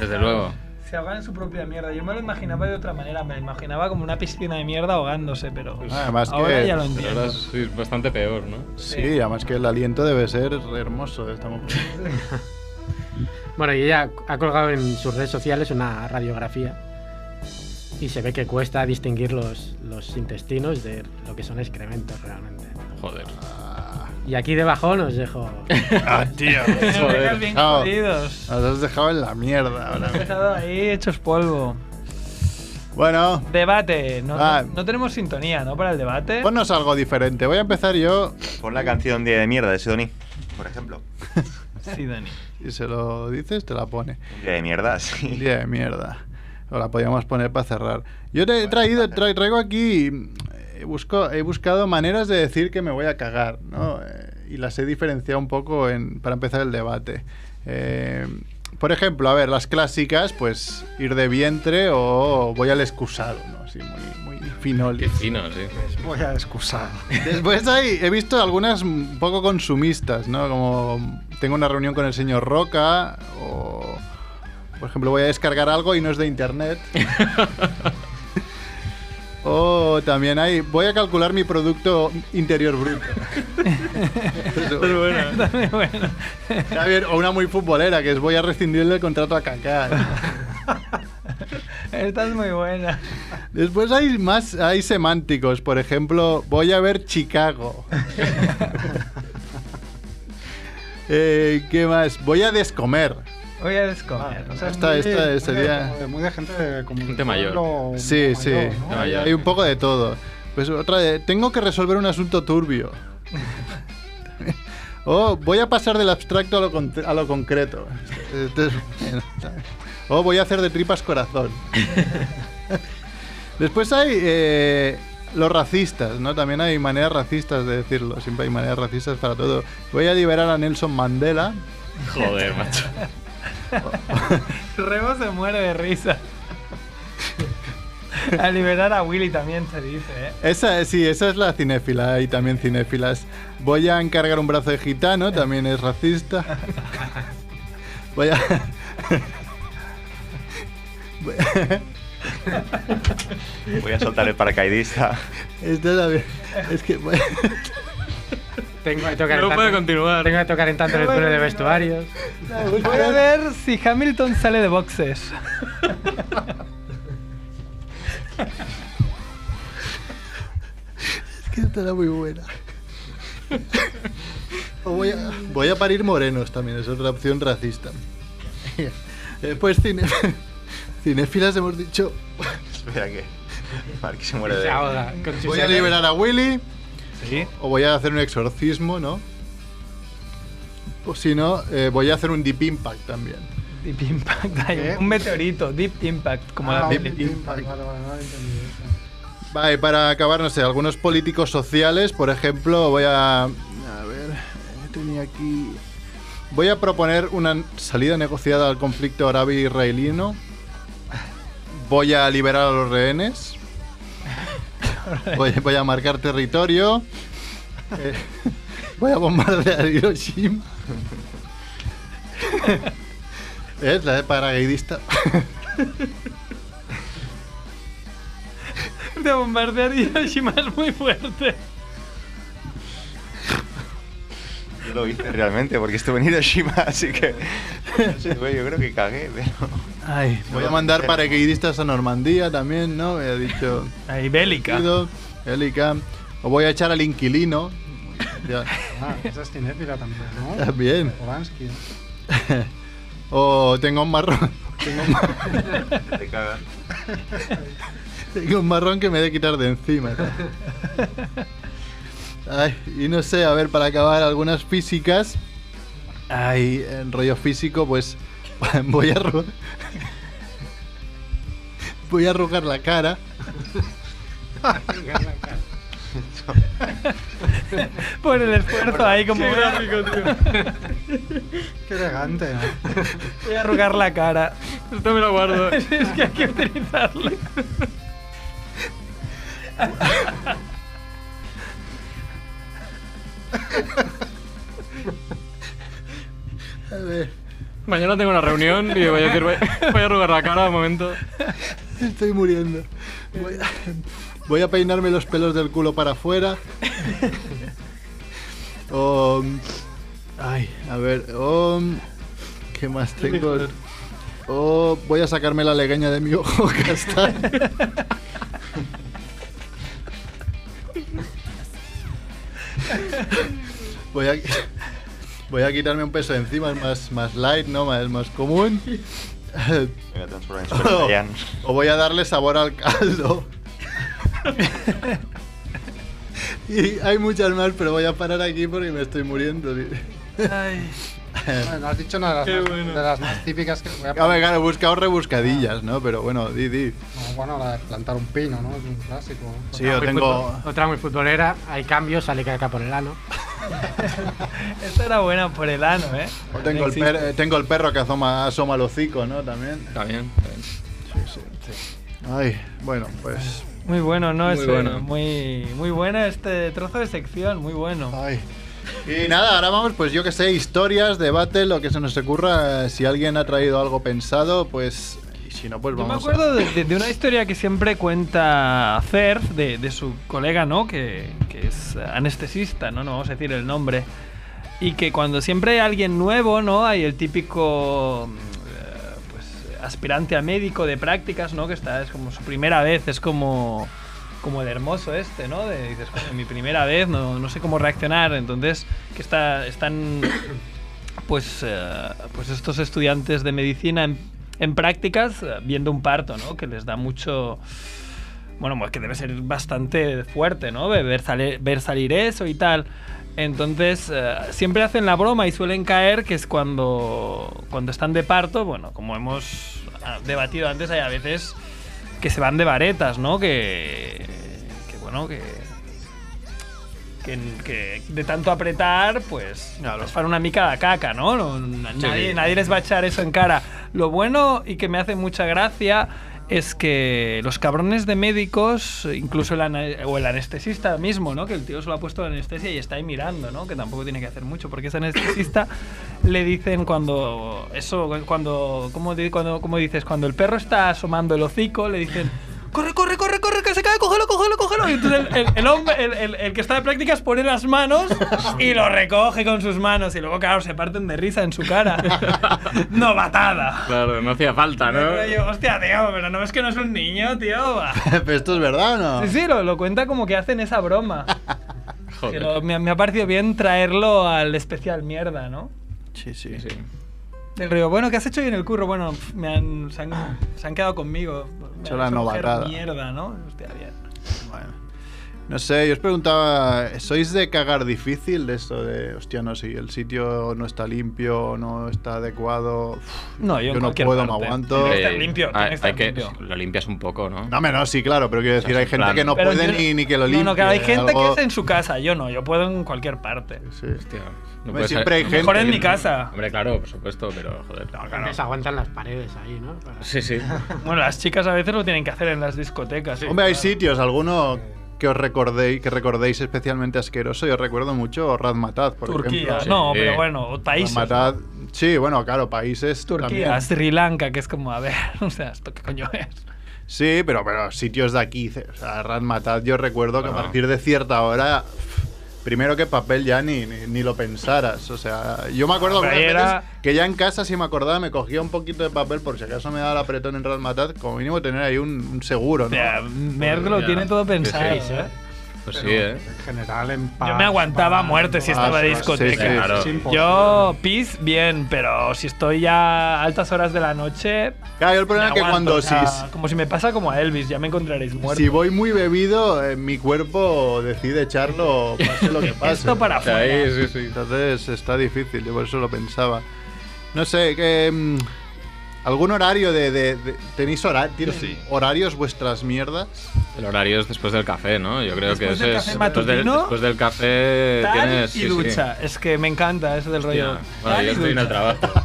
Speaker 14: Desde luego.
Speaker 4: Se ahogan en su propia mierda. Yo me lo imaginaba de otra manera. Me lo imaginaba como una piscina de mierda ahogándose, pero
Speaker 3: Pues,
Speaker 6: Ah, además
Speaker 4: Pues ahora
Speaker 6: que-
Speaker 4: ya lo
Speaker 6: pero
Speaker 4: entiendo.
Speaker 14: Ahora sí, es bastante peor, ¿no?
Speaker 6: Sí, además que el aliento debe ser hermoso de esta
Speaker 7: *laughs*
Speaker 6: mujer.
Speaker 7: Bueno, y ella ha colgado en sus redes sociales una radiografía. Y se ve que cuesta distinguir los, los intestinos de lo que son excrementos realmente.
Speaker 14: Joder.
Speaker 7: Y aquí debajo nos dejo.
Speaker 6: Ah,
Speaker 7: *laughs*
Speaker 6: tío.
Speaker 7: Nos
Speaker 6: joder,
Speaker 7: dejas bien
Speaker 6: dejado-
Speaker 7: jodidos.
Speaker 6: Nos has dejado en la mierda ahora
Speaker 4: Hemos
Speaker 6: mismo.
Speaker 4: estado ahí hechos polvo.
Speaker 6: Bueno,
Speaker 4: Debate. No,
Speaker 6: Ah.
Speaker 4: no, no tenemos sintonía, ¿no? Para el debate.
Speaker 6: ponnos algo diferente. Voy a empezar yo
Speaker 10: Pon la canción de mierda de Sidoní, por ejemplo.
Speaker 4: Sí, Dani.
Speaker 6: y se lo dices, te la pone.
Speaker 10: Un día de mierda, *laughs*
Speaker 6: Un
Speaker 10: sí.
Speaker 6: día de mierda. O la podíamos poner para cerrar. Yo te he traído, tra- traigo aquí. eh, Busco, he buscado maneras de decir que me voy a cagar, ¿no? Eh, y las he diferenciado un poco en- para empezar el debate. Eh, por ejemplo, a ver, las clásicas, pues ir de vientre o voy al excusado, ¿no? Así muy, muy finolis.
Speaker 14: Qué fino, sí.
Speaker 8: Voy a excusar.
Speaker 6: Después hay, he visto algunas un poco consumistas, ¿no? Como tengo una reunión con el señor Roca o, por ejemplo, voy a descargar algo y no es de *laughs* internet. o Oh, también hay, voy a calcular mi producto interior bruto. Pues, *laughs*
Speaker 4: Dame, bueno.
Speaker 6: Está bien, o una muy futbolera, que es voy a rescindirle el contrato a *laughs* Kaká. ¿no?
Speaker 4: Esta es muy buena.
Speaker 6: Después hay más, hay semánticos, por ejemplo, voy a ver *laughs* Chicago. Eh, ¿Qué más? Voy a descomer.
Speaker 4: Voy a descomer.
Speaker 8: O sea, es
Speaker 6: Esta-
Speaker 8: muy-
Speaker 6: esta
Speaker 8: muy de-
Speaker 6: sería-
Speaker 8: como de- Muy de gente de como
Speaker 14: Gente mayor.
Speaker 8: pueblo
Speaker 6: Sí,
Speaker 8: mayor,
Speaker 6: sí.
Speaker 8: ¿no?
Speaker 14: Ah, ya.
Speaker 6: Hay un poco de todo. Pues otra de, tengo que resolver un asunto turbio.
Speaker 8: *laughs*
Speaker 6: o voy a pasar del abstracto a lo, con- a lo concreto. Este es bueno, también. o voy a hacer de
Speaker 14: *laughs*
Speaker 6: tripas corazón. Después hay eh, los racistas, ¿no? También hay maneras racistas de decirlo. Siempre hay maneras racistas para todo. Voy a liberar a Nelson Mandela.
Speaker 14: Joder, macho.
Speaker 4: Rebo se muere de risa. A liberar a Willy también se dice, ¿eh?
Speaker 6: Esa, sí, esa es la cinéfila y también cinéfilas. Voy a encargar un brazo de gitano, también es racista. Voy a... Voy a-
Speaker 10: Voy a soltar el paracaidista.
Speaker 6: Esto también- Es que... voy-
Speaker 7: Tengo que tocar
Speaker 14: No
Speaker 7: en tanto-
Speaker 14: puede continuar.
Speaker 7: Tengo que tocar en tanto en el túnel de vestuarios.
Speaker 4: Voy a ver si Hamilton sale de boxes.
Speaker 6: Es que esta era muy buena. O voy, a, voy a parir morenos también, es otra opción racista. *laughs* Después cine, *laughs* cinéfilas hemos dicho... *laughs*
Speaker 10: Espera que. Para que se muere
Speaker 7: Se
Speaker 10: de.
Speaker 7: ahoga con sus
Speaker 6: Voy a liberar a Willy.
Speaker 4: Sí.
Speaker 6: O voy a hacer un exorcismo, ¿no? O si no, eh, voy a hacer un Deep Impact también.
Speaker 4: Deep Impact. *laughs* hay un meteorito. Deep Impact. Como la
Speaker 8: Ah,
Speaker 4: peli.
Speaker 8: Deep Impact, vale, vale, no lo he entendido.
Speaker 6: Va, y para acabar, no sé, algunos políticos sociales, por ejemplo, voy a. A ver, eh, tenía aquí. Voy a proponer una salida negociada al conflicto árabe-israelino. Voy a liberar a los rehenes. Voy, voy a marcar territorio. Eh, voy a bombardear Hiroshima. *laughs* Es la de *laughs* paracaidista.
Speaker 4: De bombardear Hiroshima es muy fuerte.
Speaker 10: Yo lo hice realmente, porque estuve en Hiroshima, así que. *laughs* no sé, güey, yo creo que cagué, pero.
Speaker 4: Ay,
Speaker 6: Voy a mandar paracaidistas a Normandía también, ¿no? Me ha dicho.
Speaker 4: Ahí, bélica.
Speaker 6: Bélica. O voy a echar al inquilino.
Speaker 4: *laughs*
Speaker 6: Ya.
Speaker 8: Ah, esa es cinéfila también, ¿no?
Speaker 6: También.
Speaker 8: Polanski.
Speaker 6: O tengo un marrón. Tengo un marrón. *laughs*
Speaker 10: Te cagas.
Speaker 6: Tengo un marrón que me he de quitar de encima. tal. Ay, y no sé, a ver, para acabar algunas físicas. Ay, en rollo físico, pues *laughs* voy a arru- voy a arrugar la cara.
Speaker 4: Por el esfuerzo ahí, como.
Speaker 8: Qué
Speaker 4: voy a-
Speaker 8: Qué elegante, ¿no?
Speaker 4: Voy a arrugar la cara.
Speaker 14: Esto me lo guardo.
Speaker 4: *laughs* es que hay que utilizarlo.
Speaker 6: A ver,
Speaker 14: Mañana tengo una reunión y voy a decir, voy, voy a arrugar la cara de momento.
Speaker 6: estoy muriendo. Voy a, voy a peinarme los pelos del culo para afuera. O, ay, a ver, o, ¿qué más tengo? O voy a sacarme la legaña de mi ojo *laughs* castaño. Voy a, *laughs* voy a quitarme un peso de encima, es más, más light, ¿no? Más, más común.
Speaker 10: Me voy a transformar en Super Saiyan.
Speaker 6: O voy a darle sabor al caldo. y hay muchas más, pero voy a parar aquí porque me estoy muriendo.
Speaker 4: Ay.
Speaker 8: Bueno, no has dicho una de las,
Speaker 6: Qué
Speaker 8: más,
Speaker 6: bueno.
Speaker 8: de las más típicas que voy a
Speaker 6: A ver, claro, he buscado rebuscadillas, ¿no? Pero bueno, di, di.
Speaker 8: No, Bueno, la de plantar un pino, ¿no? Es un clásico.
Speaker 6: Sí, yo tengo.
Speaker 7: Otra muy futbolera, hay cambios, sale caca por el ano.
Speaker 4: Esta era buena por el ano, ¿eh?
Speaker 6: Tengo el, per- eh, tengo el perro que asoma, asoma el hocico, ¿no? También.
Speaker 14: Está bien.
Speaker 6: Ay, bueno, pues.
Speaker 4: Muy bueno, ¿no?
Speaker 6: Muy
Speaker 4: Muy, es,
Speaker 6: bueno.
Speaker 4: bueno. muy, muy bueno este trozo de sección, muy bueno.
Speaker 6: Y nada, ahora vamos, pues yo que sé, historias, debate, lo que se nos ocurra. Si alguien ha traído algo pensado, pues. Y si no, pues
Speaker 4: Yo
Speaker 6: vamos.
Speaker 4: me
Speaker 6: a-
Speaker 4: acuerdo de, de- de una historia que siempre cuenta Cerf, de, de su colega, ¿no? Que, que es anestesista, ¿no? No vamos a decir el nombre. Y que cuando siempre hay alguien nuevo, ¿no? Hay el típico eh, pues, aspirante a médico de prácticas, ¿no? Que está, es como su primera vez, es como, como el hermoso este, ¿no? De, dices, "Coño, mi primera vez, no, no sé cómo reaccionar. Entonces, que está, están pues, eh, pues estos estudiantes de medicina en, en prácticas eh, viendo un parto, ¿no? Que les da mucho... Bueno, pues que debe ser bastante fuerte, ¿no? Ve- Ver, sale- ver salir eso y tal. Entonces, eh, siempre hacen la broma y suelen caer, que es cuando, cuando están de parto, bueno, como hemos ah, debatido antes, hay a veces que se van de varetas, ¿no? Que, que bueno, que, que, que de tanto apretar, pues es para una mica de caca, ¿no? No- nadie,
Speaker 7: Sí.
Speaker 4: nadie les va a echar eso en cara. Lo bueno y que me hace mucha gracia es que los cabrones de médicos, incluso el, ana- o el anestesista mismo, ¿no? Que el tío solo ha puesto la anestesia y está ahí mirando, ¿no? Que tampoco tiene que hacer mucho, porque ese anestesista le dicen cuando eso cuando ¿cómo, di- cuando cómo dices cuando el perro está asomando el hocico le dicen corre corre corre corre que se cae cógelo cógelo cógelo y entonces el, el- el hombre el, el- el que está de prácticas pone las manos y lo recoge con sus manos y luego claro se parten de risa en su cara no
Speaker 3: ¿Eh?
Speaker 4: batada
Speaker 14: Claro, no hacía falta, ¿no?
Speaker 4: Pero yo, hostia tío pero no es que no es un niño tío va".
Speaker 6: *laughs* Pero esto es verdad, ¿o ¿no?
Speaker 4: sí sí lo, lo cuenta como que hacen esa broma pero me, me ha parecido bien traerlo al especial mierda no
Speaker 6: Sí, sí.
Speaker 4: Del río, bueno, ¿qué has hecho hoy en el curro? Bueno, pf, me han,
Speaker 6: *clears throat*
Speaker 4: se, han, se han quedado conmigo. Me
Speaker 6: Hecho
Speaker 4: han
Speaker 6: la
Speaker 4: hecho coger
Speaker 6: novatada.
Speaker 4: Mierda, ¿no? Hostia, bien.
Speaker 6: Bueno. No sé, yo os preguntaba, ¿sois de cagar difícil de esto de, hostia, no sé, el sitio no está limpio, no está adecuado? Uf,
Speaker 4: No, yo en
Speaker 6: no
Speaker 4: cualquier
Speaker 6: puedo, me
Speaker 4: parte.
Speaker 6: aguanto.
Speaker 4: Tiene que estar limpio, tiene que estar limpio.
Speaker 3: Ah, Lo limpias un poco, ¿no?
Speaker 6: No, hombre, no, sí, claro, pero quiero decir, hay gente que no
Speaker 4: Pero
Speaker 6: puede
Speaker 4: yo-
Speaker 6: ni, ni que lo
Speaker 4: No,
Speaker 6: limpie.
Speaker 4: no, claro, hay gente
Speaker 6: algo-
Speaker 4: que es en su casa, yo no, yo puedo en cualquier parte.
Speaker 6: Sí,
Speaker 4: Hombre, siempre hay Mejor gente en que- mi casa.
Speaker 3: Hombre, claro, por supuesto, pero joder.
Speaker 7: Les aguantan las paredes ahí, ¿no? Para-
Speaker 3: Sí, sí.
Speaker 4: *laughs* Bueno, las chicas a veces lo tienen que hacer en las discotecas.
Speaker 6: Hombre, hay sitios, alguno que os recordéis, que recordéis especialmente asqueroso. Yo recuerdo mucho Razmataz, por
Speaker 4: Turquía,
Speaker 6: ejemplo.
Speaker 4: no, pero bueno, o países.
Speaker 6: Razmataz, sí, bueno, claro, países.
Speaker 4: Turquía,
Speaker 6: también.
Speaker 4: Sri Lanka, que es como, a ver, *laughs* o sea, ¿esto qué coño es?
Speaker 6: Sí, pero, pero sitios de aquí, ce- o sea, Razmataz, yo recuerdo que a partir de cierta hora, pf, primero que papel ya ni, ni, ni lo pensaras. O sea, yo me acuerdo
Speaker 4: Hombre,
Speaker 6: algunas
Speaker 4: Ah, era-
Speaker 6: veces que ya en casa, si me acordaba, me cogía un poquito de papel por si acaso me daba el apretón en Razmataz, como mínimo tener ahí un, un seguro, ¿no?
Speaker 4: Merck lo tiene todo pensado, ¿eh?
Speaker 3: Pues
Speaker 6: sí, ¿eh?
Speaker 12: En general, en paz.
Speaker 4: Yo me aguantaba a
Speaker 12: paz,
Speaker 4: muerte si
Speaker 12: paz,
Speaker 4: estaba
Speaker 6: Ah,
Speaker 12: paz.
Speaker 4: en discoteca.
Speaker 12: Es imposible.
Speaker 4: Yo, pis, bien, pero si estoy ya a altas horas de la noche.
Speaker 6: Claro, el problema es que cuando si-
Speaker 4: Como si me pasa como a Elvis, ya me encontraréis muerto.
Speaker 6: Si voy muy bebido, eh, mi cuerpo decide echarlo, pase lo que pase.
Speaker 4: *laughs* Esto para afuera. Ahí, sí,
Speaker 6: Entonces está difícil, yo por eso lo pensaba. No sé, que, mm, ¿algún horario de. de- de- ¿Tenéis hora- tienen horarios vuestras mierdas?
Speaker 3: El horario es después del café, ¿no? Yo creo
Speaker 4: Después
Speaker 3: que
Speaker 4: del
Speaker 3: ese
Speaker 4: café
Speaker 3: es. después, del,
Speaker 4: matutino,
Speaker 3: después del café
Speaker 4: Tal
Speaker 3: tienes.
Speaker 4: y
Speaker 3: sí, sí.
Speaker 4: ducha. Es que me encanta eso del rollo.
Speaker 3: Ya. Bueno,
Speaker 4: tal
Speaker 3: yo
Speaker 4: y
Speaker 3: estoy en el
Speaker 4: ducha.
Speaker 3: trabajo.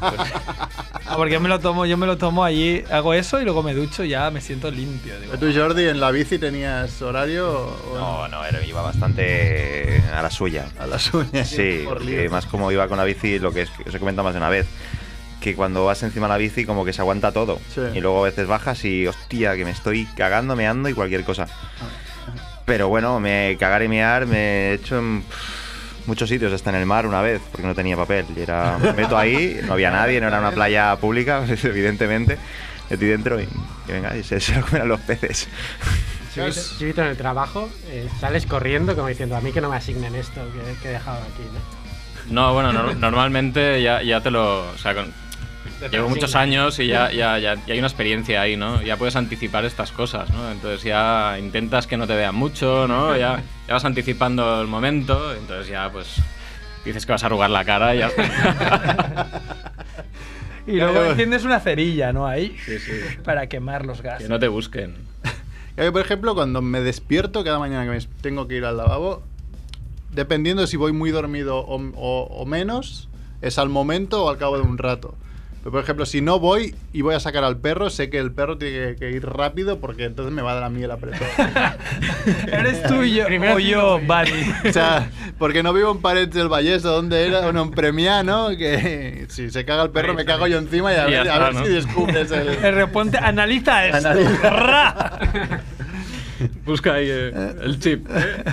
Speaker 4: Ah, Porque yo me lo tomo, yo me lo tomo allí, hago eso y luego me ducho y ya me siento limpio. digo.
Speaker 6: ¿Tú, Jordi, en la bici tenías horario? o
Speaker 10: No, no, era- iba bastante a la suya.
Speaker 6: A la suya. *laughs*
Speaker 10: Sí,
Speaker 6: Por
Speaker 10: porque
Speaker 6: Dios.
Speaker 10: más como iba con la bici, lo que es, os he comentado más de una vez, que cuando vas encima de la bici como que se aguanta todo.
Speaker 6: Sí.
Speaker 10: Y luego a veces bajas y hostia, que me estoy cagando, meando y cualquier cosa.
Speaker 6: Ah,
Speaker 10: Pero bueno, me cagar y mear me he hecho en pff, muchos sitios, hasta en el mar una vez, porque no tenía papel. Y era, me meto ahí,
Speaker 6: *laughs*
Speaker 10: no había nadie, no era una playa pública, *laughs* evidentemente. Metí dentro y, y venga, y se, se lo comerán los peces.
Speaker 7: Chivito, chivito en el trabajo, eh, sales corriendo como diciendo a mí que no me asignen esto que, que he dejado aquí, ¿no?
Speaker 3: No, bueno, no- normalmente ya, ya te lo. O sea, con- llevo muchos
Speaker 7: *laughs*
Speaker 3: años y ya, ya, ya, ya hay una experiencia ahí, ¿no? Ya puedes anticipar estas cosas, ¿no? Entonces ya intentas que no te vean mucho, ¿no? Ya, ya vas anticipando el momento, entonces ya pues. Dices que vas a arrugar la cara y ya
Speaker 6: *laughs*
Speaker 4: Y luego enciendes una cerilla, ¿no? Ahí.
Speaker 3: Sí, sí.
Speaker 4: Para quemar los gases.
Speaker 3: Que no
Speaker 6: *laughs*
Speaker 3: te busquen.
Speaker 6: Yo, por ejemplo, cuando me despierto cada mañana que me s- tengo que ir al lavabo, dependiendo si voy muy dormido o, o- o menos, es al momento o al cabo de un rato. Pero, por ejemplo, si no voy y voy a sacar al perro, sé que el perro tiene que, que ir rápido porque entonces me va a dar a mí el apretón.
Speaker 4: *laughs* Eres tú y yo, o yo, Buddy.
Speaker 6: O sea, porque no vivo en Paredes del Vallés, o donde era, bueno, en Premiá, ¿no? Que si se caga el perro, me cago yo encima y a
Speaker 4: Y ya
Speaker 6: ver, a
Speaker 4: está,
Speaker 6: ver
Speaker 4: ¿no?
Speaker 6: si descubres el...
Speaker 4: *laughs* El reponte, analiza esto. *laughs*
Speaker 14: Busca ahí eh, el chip. eh.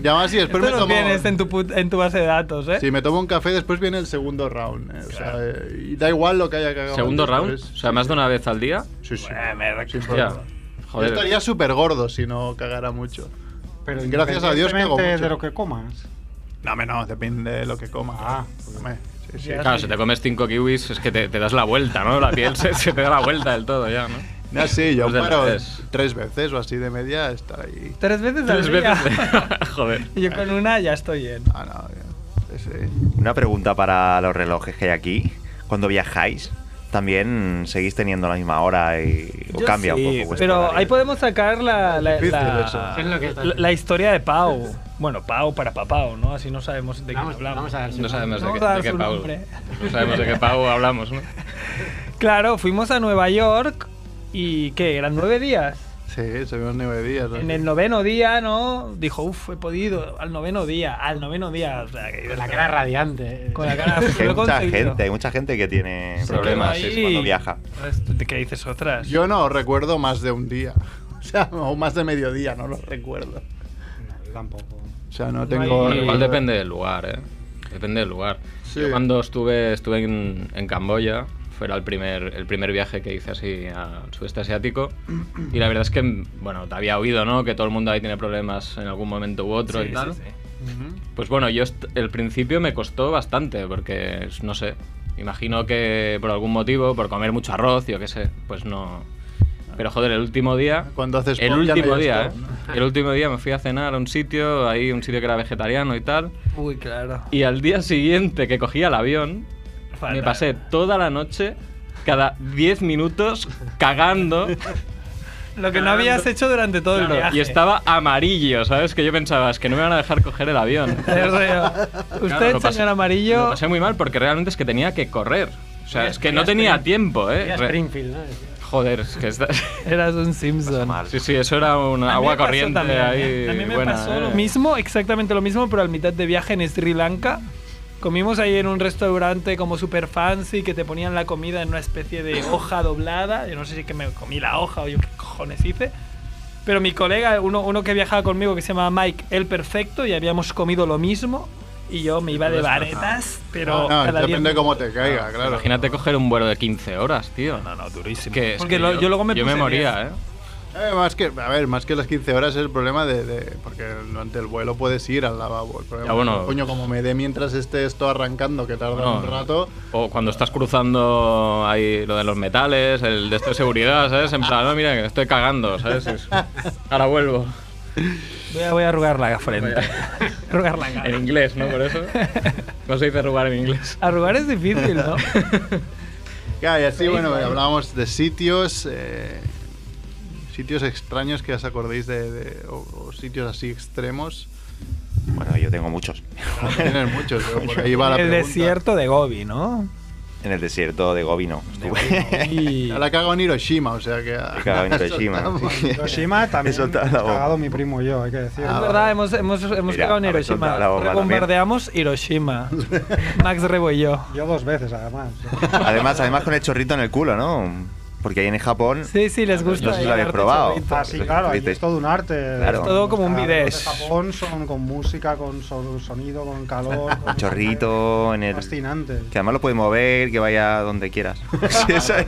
Speaker 6: *laughs* Ya más y después
Speaker 4: Esto
Speaker 6: me
Speaker 4: no
Speaker 6: tomo...
Speaker 4: tienes en tu, put- en tu base de datos, ¿eh?
Speaker 6: Si me tomo un café, después viene el segundo round. eh, O sea, eh, y da igual lo que haya cagado.
Speaker 3: *laughs* ¿Segundo
Speaker 6: antes,
Speaker 3: round?
Speaker 6: ¿sabes?
Speaker 3: O sea, más de una vez al día.
Speaker 6: Sí, sí.
Speaker 3: Hostia,
Speaker 6: problema. Yo
Speaker 3: Joder.
Speaker 6: estaría súper gordo si no cagara mucho.
Speaker 12: Pero
Speaker 6: Gracias a Dios cago
Speaker 12: independientemente
Speaker 6: mucho.
Speaker 12: de lo que comas.
Speaker 6: No, me no, depende de lo que coma. Ah, hombre,
Speaker 4: pues
Speaker 6: sí, sí.
Speaker 3: Claro, si te comes cinco kiwis es que te, te das la vuelta, ¿no? La piel se, se te da la vuelta del todo ya, ¿no?
Speaker 6: No, sí, yo
Speaker 3: Pues del
Speaker 6: paro
Speaker 3: revés.
Speaker 6: tres veces o así de media estar ahí.
Speaker 4: Tres veces al
Speaker 3: Tres
Speaker 4: día.
Speaker 3: veces. Joder.
Speaker 4: Yo con una ya estoy bien.
Speaker 6: Ah, no, eh,
Speaker 10: Una pregunta para los relojes que hay aquí. Cuando viajáis, ¿también seguís teniendo la misma hora y, o
Speaker 4: Yo
Speaker 10: cambia
Speaker 4: sí,
Speaker 10: un poco vuestro
Speaker 4: Pero
Speaker 10: horario?
Speaker 4: ahí podemos sacar la, la,
Speaker 10: difícil
Speaker 4: la-
Speaker 10: eso.
Speaker 4: la-
Speaker 10: Es lo que está-
Speaker 4: la historia de Pau. Bueno, Pau para papao, ¿no? Así no sabemos de qué
Speaker 7: Vamos-
Speaker 4: hablamos.
Speaker 7: vamos a dar su
Speaker 3: No sabemos de
Speaker 4: Vamos
Speaker 3: qué,
Speaker 4: a dar
Speaker 3: de qué
Speaker 4: su
Speaker 3: pavo.
Speaker 4: nombre.
Speaker 3: No sabemos de qué pavo hablamos, ¿no?
Speaker 4: *laughs* Claro, fuimos a Nueva York y ¿qué? ¿Eran nueve días?
Speaker 6: *laughs* Sí, se ven nueve días. ¿no?
Speaker 4: En el noveno día, ¿no? Dijo, uff, he podido. Al noveno día, al noveno día. O sea, que-
Speaker 7: Con la cara radiante.
Speaker 4: Con la cara.
Speaker 10: Es que hay
Speaker 4: lo he
Speaker 10: mucha
Speaker 4: conseguido.
Speaker 10: gente, hay mucha gente que tiene
Speaker 4: Sí,
Speaker 10: problemas
Speaker 4: ahí-
Speaker 10: sí, cuando viaja.
Speaker 4: ¿Qué dices otras?
Speaker 6: Yo no recuerdo más de un día. *laughs* O sea, o más de mediodía, no lo recuerdo.
Speaker 12: Tampoco.
Speaker 6: O sea, no
Speaker 12: No
Speaker 6: tengo.
Speaker 3: Bueno, igual depende del lugar, ¿eh? Depende del lugar. Yo cuando estuve, estuve en, en Camboya, fuera el primer, el primer viaje que hice así al sudeste asiático, y la verdad es que, bueno, te había oído, ¿no? Que todo el mundo ahí tiene problemas en algún momento u otro
Speaker 4: Sí,
Speaker 3: y
Speaker 4: sí,
Speaker 3: tal.
Speaker 4: sí.
Speaker 3: Pues bueno, yo est- el principio me costó bastante porque, es- no sé, imagino que por algún motivo, por comer mucho arroz, yo qué sé, pues no... Pero joder, el último día...
Speaker 6: Ah. Cuando haces
Speaker 3: El
Speaker 6: pop ya no
Speaker 3: último
Speaker 6: hay
Speaker 3: día,
Speaker 6: stop,
Speaker 3: ¿eh? Y *laughs* el último día me fui a cenar a un sitio, ahí un sitio que era vegetariano y tal.
Speaker 4: Uy, claro.
Speaker 3: Y al día siguiente que cogía el avión, me pasé toda la noche, cada 10 minutos, cagando.
Speaker 4: *laughs* Lo que no habías hecho durante todo el
Speaker 3: Claro,
Speaker 4: viaje.
Speaker 3: Y estaba amarillo, ¿sabes? Que yo pensaba, es que no me van a dejar coger el avión.
Speaker 4: *laughs* Es real. Usted,
Speaker 3: lo pasé-
Speaker 4: señor amarillo.
Speaker 3: Lo pasé muy mal porque realmente es que tenía que correr. O sea, es que no
Speaker 4: Querías
Speaker 3: tenía
Speaker 4: Springfield.
Speaker 3: tiempo, ¿eh?
Speaker 4: Querías
Speaker 3: Re-
Speaker 4: Springfield,
Speaker 3: Joder, es que está...
Speaker 4: *laughs* Eras un Simpson.
Speaker 3: Sí, sí, eso era un
Speaker 4: A mí me
Speaker 3: agua
Speaker 4: pasó
Speaker 3: corriente
Speaker 4: también,
Speaker 3: ahí.
Speaker 4: ¿eh? A mí me
Speaker 3: buena,
Speaker 4: pasó
Speaker 3: ¿eh?
Speaker 4: lo mismo, exactamente lo mismo, pero al mitad de viaje en Sri Lanka. Comimos ahí en un restaurante como super fancy que te ponían la comida en una especie de hoja doblada. Yo no sé si es que me comí la hoja o yo qué cojones hice. Pero mi colega, uno, uno que viajaba conmigo que se llamaba Mike, el perfecto, y habíamos comido lo mismo. Y yo me iba de varetas, pero.
Speaker 6: No,
Speaker 4: cada
Speaker 6: depende
Speaker 4: diez-
Speaker 6: cómo te caiga, claro.
Speaker 3: Imagínate coger un vuelo de 15 horas, tío. No, no, durísimo. Que, es
Speaker 6: Porque
Speaker 3: que
Speaker 6: lo- yo luego me
Speaker 3: Yo me
Speaker 6: puse
Speaker 3: moría, ¿eh?
Speaker 6: 10. Eh, más que, a ver, más que las 15 horas es el problema de, de- Porque durante el vuelo puedes ir al lavabo. El problema
Speaker 3: Ya, bueno.
Speaker 6: es que, coño, como me dé mientras esté esto arrancando, que tarda
Speaker 3: No,
Speaker 6: un rato.
Speaker 3: O cuando estás cruzando ahí lo de los metales, el de esto de seguridad, ¿sabes? En plan, no, mira, que estoy cagando, ¿sabes? Es- Ahora vuelvo.
Speaker 4: Voy a, voy a arrugar la frente. *laughs* arrugar la cara.
Speaker 3: En inglés, ¿no? Por eso. ¿Cómo se dice arrugar en inglés?
Speaker 4: Arrugar es difícil, ¿no?
Speaker 6: Ya, y así,
Speaker 4: Sí,
Speaker 6: bueno,
Speaker 4: claro.
Speaker 6: hablábamos de sitios. eh, sitios extraños que os acordéis de. de- o, o sitios así
Speaker 4: *laughs*
Speaker 6: extremos.
Speaker 10: Bueno, yo tengo muchos.
Speaker 6: *laughs* Tienes muchos, pero por ahí va la
Speaker 4: el
Speaker 6: pregunta.
Speaker 4: desierto de Gobi, ¿no?
Speaker 10: En el desierto de Gobi no. Estuve. *laughs*
Speaker 4: Y...
Speaker 6: La cago en Hiroshima, o sea que. ah,
Speaker 10: He cagado en Hiroshima.
Speaker 8: Hiroshima también.
Speaker 10: Eso está
Speaker 8: he
Speaker 10: la bomba.
Speaker 8: cagado
Speaker 6: Ah,
Speaker 8: mi primo yo, hay que decir.
Speaker 4: es verdad, hemos, hemos, hemos
Speaker 10: Ah, Mira,
Speaker 4: cagado en
Speaker 10: a ver,
Speaker 4: Hiroshima.
Speaker 10: soltaba la bomba también.
Speaker 4: Bombardeamos
Speaker 10: *laughs*
Speaker 4: Hiroshima. Max Rebo y yo.
Speaker 8: Yo dos veces, además.
Speaker 10: Además, además con el chorrito en el culo, ¿no? Porque ahí en Japón.
Speaker 4: Sí, sí, les gusta.
Speaker 10: No sé si lo habéis
Speaker 4: el
Speaker 10: probado.
Speaker 4: chorrito.
Speaker 8: Ah, sí, claro, ahí es todo un arte.
Speaker 10: Claro. Es todo
Speaker 4: como un
Speaker 8: Los
Speaker 4: bidet.
Speaker 8: de Japón son con música, con so- sonido, con calor.
Speaker 10: El chorrito en el.
Speaker 8: Fascinante.
Speaker 10: Que además lo puedes mover, que vaya donde
Speaker 8: *laughs*
Speaker 10: quieras. Sí, esa-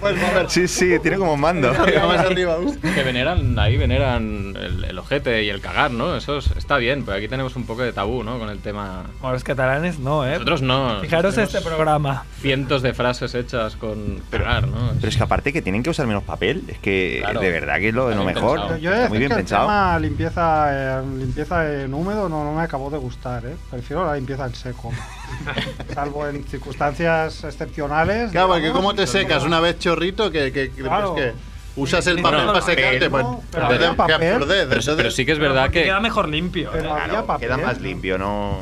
Speaker 10: sí, sí, tiene como un
Speaker 3: *laughs*
Speaker 10: mando.
Speaker 3: Que veneran, ahí veneran el, el ojete y el cagar, ¿no? Eso es- está bien, pero aquí tenemos un poco de tabú, ¿no? Con el tema...
Speaker 4: Bueno, los catalanes no, ¿eh?
Speaker 3: Nosotros no.
Speaker 4: Fijaros
Speaker 3: Nosotros
Speaker 4: este programa.
Speaker 3: Cientos de frases hechas con cagar, ¿no?
Speaker 10: Pero es que aparte que tienen que usar menos papel, es que
Speaker 3: Claro.
Speaker 10: de verdad que es lo, de *laughs* lo
Speaker 3: Está bien
Speaker 10: mejor.
Speaker 3: pensado.
Speaker 8: Yo he de
Speaker 10: Está muy
Speaker 8: decir
Speaker 10: bien
Speaker 8: que
Speaker 10: pensado.
Speaker 8: el tema limpieza, eh, limpieza en húmedo no, no me acabó de gustar, ¿eh? Prefiero la limpieza en
Speaker 4: *laughs*
Speaker 8: seco. Salvo en circunstancias excepcionales.
Speaker 6: Claro, porque
Speaker 8: digamos,
Speaker 6: ¿cómo te
Speaker 8: pero
Speaker 6: secas?
Speaker 8: no-
Speaker 6: ¿Una vez chorrito? que, que, que-
Speaker 8: Claro.
Speaker 6: es que usas el
Speaker 8: Ni-
Speaker 6: papel
Speaker 8: ni-
Speaker 6: para
Speaker 8: no,
Speaker 6: secarte?
Speaker 8: no,
Speaker 6: pues,
Speaker 8: pero
Speaker 6: te-
Speaker 8: había
Speaker 6: que
Speaker 8: papel.
Speaker 6: absorbes,
Speaker 3: Pero,
Speaker 6: entonces-
Speaker 3: pero sí que es verdad que...
Speaker 4: Queda mejor limpio.
Speaker 8: Pero
Speaker 4: ¿eh?
Speaker 8: había papel.
Speaker 10: Queda más limpio, ¿no?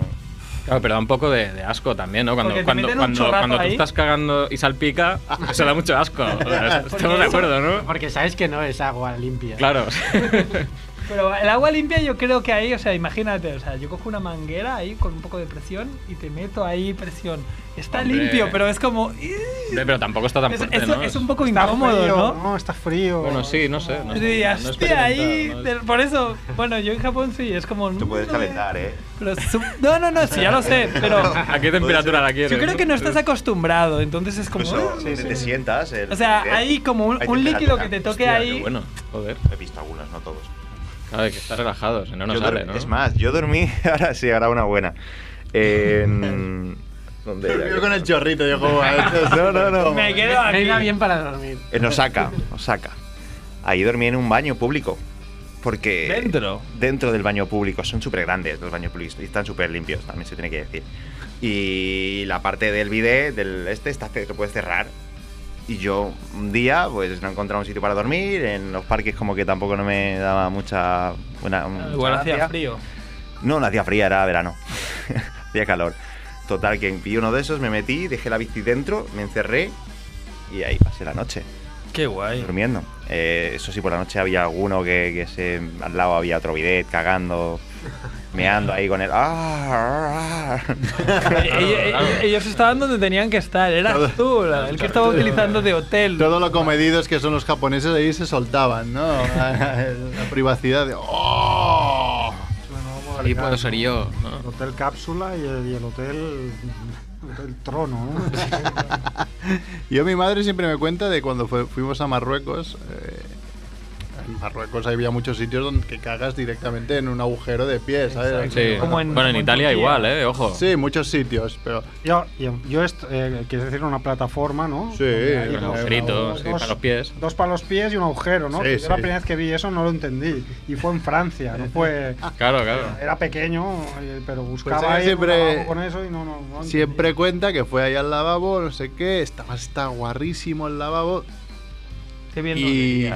Speaker 3: Claro, pero da un poco de, de asco también, ¿no? Cuando,
Speaker 4: Porque te
Speaker 3: cuando,
Speaker 4: meten un
Speaker 3: cuando,
Speaker 4: chorrazo
Speaker 3: cuando tú
Speaker 4: ahí.
Speaker 3: estás cagando y salpica, *laughs* eso da mucho asco.
Speaker 4: *laughs*
Speaker 3: O
Speaker 7: *laughs*
Speaker 3: sea, Estamos de acuerdo, ¿no?
Speaker 7: Porque sabes que no es agua limpia.
Speaker 3: Claro.
Speaker 4: Pero el agua limpia yo creo que ahí, o sea, imagínate, o sea, yo cojo una manguera ahí con un poco de presión y te meto ahí presión. Está
Speaker 3: Hombre.
Speaker 4: limpio, pero es como...
Speaker 3: Pero tampoco está tan
Speaker 4: Es-
Speaker 3: fuerte,
Speaker 4: es-
Speaker 3: ¿no?
Speaker 4: es un poco
Speaker 8: Está
Speaker 4: incómodo,
Speaker 8: frío,
Speaker 4: ¿no?
Speaker 8: Está frío.
Speaker 3: Bueno, sí, no sé. No, no
Speaker 4: Sí,
Speaker 3: he
Speaker 4: hostia, ahí,
Speaker 3: experimentado, ¿no?
Speaker 4: del- por eso, bueno, yo en Japón sí, es como...
Speaker 10: Tú puedes calentar, ¿eh?
Speaker 4: Pero su- no, no, no, sí, ya lo
Speaker 10: *laughs*
Speaker 4: sé, pero
Speaker 3: *laughs* ¿A qué temperatura la quieres?
Speaker 4: yo creo que no estás acostumbrado, entonces es como... "Ah,
Speaker 10: Incluso te, te sientas. el-
Speaker 4: O sea,
Speaker 10: ¿eh?
Speaker 4: hay como un,
Speaker 10: Hay
Speaker 4: un líquido
Speaker 10: temperatura.
Speaker 4: que te toque
Speaker 10: Hostia,
Speaker 4: ahí...
Speaker 10: qué
Speaker 3: Bueno, joder.
Speaker 10: He visto algunas, no todos.
Speaker 3: Claro, hay que estar relajados, si no nos
Speaker 10: Yo
Speaker 3: sale,
Speaker 10: dur-
Speaker 3: ¿no?
Speaker 10: Es más, yo dormí, *laughs* ahora sí, ahora una buena.
Speaker 8: *laughs*
Speaker 10: En... ¿Dónde era?
Speaker 6: Yo con el chorrito, yo como... a veces-
Speaker 10: No, no, no.
Speaker 4: Me quedo
Speaker 7: Me iba
Speaker 4: aquí.
Speaker 7: bien para dormir.
Speaker 10: En Osaka, Osaka. Ahí dormí en un baño público. Porque.
Speaker 4: Dentro.
Speaker 10: Dentro del baño público. Son súper grandes los baños públicos. Y están súper limpios, también se tiene que decir. Y la parte del bidet, del este, está, ce- lo puedes cerrar. Y yo un día, pues no encontraba un sitio para dormir. En los parques, como que tampoco no me daba mucha. Una, mucha
Speaker 4: Igual
Speaker 10: gracia.
Speaker 4: hacía frío.
Speaker 10: No, no hacía fría, era verano. *laughs* hacía calor. Total, que vi uno de esos, me metí, dejé la bici dentro, me encerré y ahí pasé la noche
Speaker 4: Qué guay.
Speaker 10: durmiendo. Eh, eso sí, por la noche había alguno que, que se, al lado había otro bidet
Speaker 8: *laughs*
Speaker 10: cagando, meando ahí con él. ¡Ah!
Speaker 4: Eh,
Speaker 10: *laughs*
Speaker 4: Ellos, ellos estaban donde tenían que estar, eras tú, la- el que estaba utilizando de hotel.
Speaker 6: Todo lo comedidos que son los japoneses ahí se soltaban, ¿no? *laughs* La privacidad de... ¡Oh!
Speaker 3: Ahí puedo ser yo, ¿no?
Speaker 8: El hotel cápsula y el, y el hotel, hotel trono.
Speaker 4: *laughs*
Speaker 6: Yo, mi madre siempre me cuenta de cuando fue- fuimos a Marruecos. eh, en Marruecos había muchos sitios donde que cagas directamente en un agujero de pie, ¿sabes?
Speaker 3: Sí. Como en- Bueno, en como en Italia Turquía. igual, ¿eh? Ojo.
Speaker 6: Sí, muchos sitios, pero...
Speaker 8: Yo, yo, yo est- eh, quieres decir una plataforma, ¿no?
Speaker 6: Sí,
Speaker 8: Donde hay
Speaker 6: un
Speaker 8: dos-
Speaker 6: agujerito,
Speaker 8: dos-
Speaker 6: sí, para los
Speaker 3: pies.
Speaker 8: Dos para los pies y un agujero, ¿no?
Speaker 6: Sí,
Speaker 8: Que yo la
Speaker 6: sí.
Speaker 8: primera vez que vi eso no lo entendí. Y fue en Francia, no fue.
Speaker 3: Claro, claro.
Speaker 8: Era pequeño, eh, pero buscaba
Speaker 6: Pues ella
Speaker 8: ahí
Speaker 6: siempre-
Speaker 8: siempre... con eso y no, no, no
Speaker 6: Siempre cuenta que fue ahí al lavabo, no sé qué, estaba hasta guarrísimo el lavabo.
Speaker 4: Qué bien
Speaker 6: y,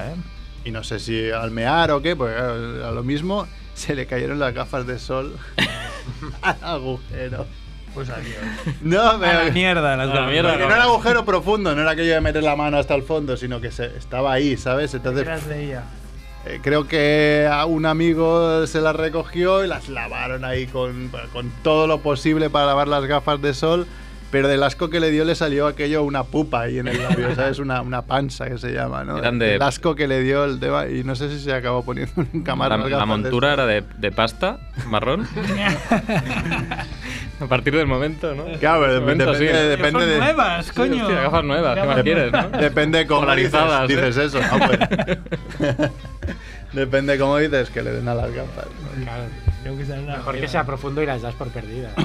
Speaker 6: y no sé si al mear o qué, porque claro, era lo mismo, se le cayeron las gafas de sol *laughs* al agujero.
Speaker 4: Pues
Speaker 6: No, pero.
Speaker 4: A la mierda, las
Speaker 6: Porque
Speaker 4: gafas. mierda,
Speaker 6: no era
Speaker 4: gafas.
Speaker 6: agujero profundo, no era aquello de meter la mano hasta el fondo, sino que se, estaba ahí, ¿sabes? Entonces.
Speaker 4: Las leía.
Speaker 6: Eh, Creo que a un amigo se las recogió y las lavaron ahí con, con todo lo posible para lavar las gafas de sol, pero del asco que le dio le salió aquello una pupa ahí en el
Speaker 4: *laughs*
Speaker 6: labio, ¿sabes? Una, una panza que se llama, ¿no?
Speaker 3: Eran de-
Speaker 6: El asco que le dio el tema y no sé si se acabó poniendo un
Speaker 3: La,
Speaker 6: camarón.
Speaker 3: la montura era de, de pasta
Speaker 4: *laughs*
Speaker 3: marrón. a partir del momento, ¿no?
Speaker 6: Claro, pero
Speaker 3: Del momento,
Speaker 6: depende-
Speaker 3: sí.
Speaker 6: depende Son de- nuevas,
Speaker 3: Sí,
Speaker 6: coño.
Speaker 3: hostia, gafas nuevas, ¿qué más quieres? no?
Speaker 6: Depende cómo
Speaker 3: Polarizadas,
Speaker 6: dices,
Speaker 3: ¿eh?
Speaker 6: dices
Speaker 3: *laughs*
Speaker 6: eso. ¿no? Pues- Depende cómo dices que le den a las gafas. ¿no?
Speaker 7: Mejor que sea profundo y las das por perdidas.
Speaker 6: *coughs*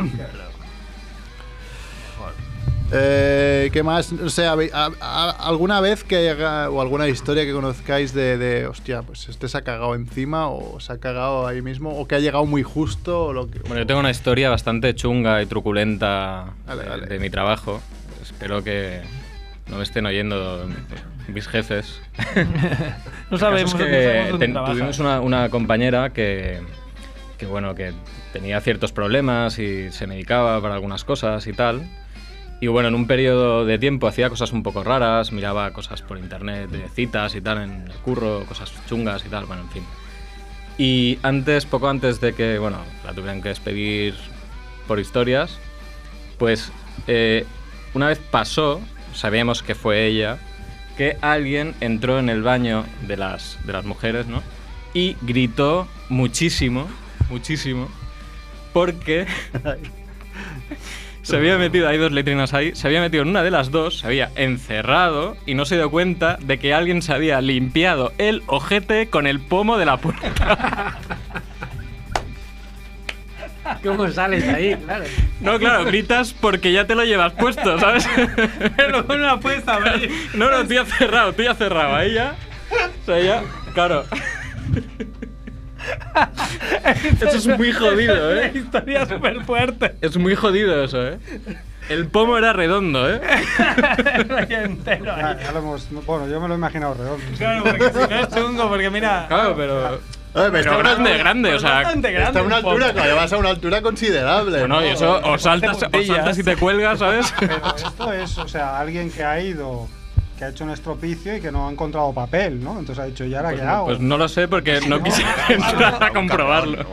Speaker 6: Eh, ¿Qué más? O sea, habe- a- a- ¿alguna vez que haya, o alguna historia que conozcáis de, de, hostia, pues este se ha cagado encima o se ha cagado ahí mismo o que ha llegado muy justo o lo que...
Speaker 3: Bueno, yo tengo una historia bastante chunga y truculenta de, de mi trabajo. Espero que no me estén oyendo mis jefes.
Speaker 4: *laughs* No
Speaker 3: El caso
Speaker 4: sabemos,
Speaker 3: es
Speaker 4: no
Speaker 3: que
Speaker 4: sabemos dónde
Speaker 3: ten-
Speaker 4: trabaja.
Speaker 3: tuvimos una, una compañera que, que, bueno, que tenía ciertos problemas y se medicaba para algunas cosas y tal. Y bueno, en un periodo de tiempo hacía cosas un poco raras, miraba cosas por internet de citas y tal en el curro, cosas chungas y tal, bueno, en fin. Y antes, poco antes de que, bueno, la tuvieran que despedir por historias, pues eh, una vez pasó, sabíamos que fue ella, que alguien entró en el baño de las, de las mujeres, ¿no? Y gritó muchísimo, muchísimo, porque se había metido, hay dos letrinas ahí, se había metido en una de las dos, se había encerrado y no se dio cuenta de que alguien se había limpiado el ojete con el pomo de la puerta.
Speaker 7: ¿Cómo sales de ahí? Claro.
Speaker 3: No, claro, gritas porque ya te lo llevas puesto, ¿sabes? *laughs* Pero con una puesta, No, no, estoy cerrado, estoy cerrado, ahí ya. O sea, ya, claro. Eso es muy jodido, ¿eh?
Speaker 4: *laughs* historia súper fuerte.
Speaker 3: Es muy jodido eso, ¿eh? El pomo era redondo, ¿eh?
Speaker 8: Ya- ya lo hemos- no- bueno, yo me lo he imaginado redondo.
Speaker 4: Claro, porque si no es
Speaker 8: *laughs*
Speaker 4: chungo, porque mira.
Speaker 3: Claro, pero.
Speaker 6: Oye, pero
Speaker 3: Pero
Speaker 6: está
Speaker 3: grande,
Speaker 6: una-
Speaker 3: grande, o sea.
Speaker 4: bastante grande,
Speaker 6: Está a una
Speaker 3: un poco.
Speaker 6: altura, claro, vas a una altura considerable.
Speaker 3: Bueno, y eso, o saltas, o saltas y te cuelgas, ¿sabes?
Speaker 8: Esto es, o sea, alguien que ha ido, que ha hecho un estropicio y que no ha encontrado papel, ¿no? Entonces ha dicho, ¿y ahora
Speaker 3: Pues,
Speaker 8: qué hago?
Speaker 3: pues no lo sé porque no quise entrar a comprobarlo.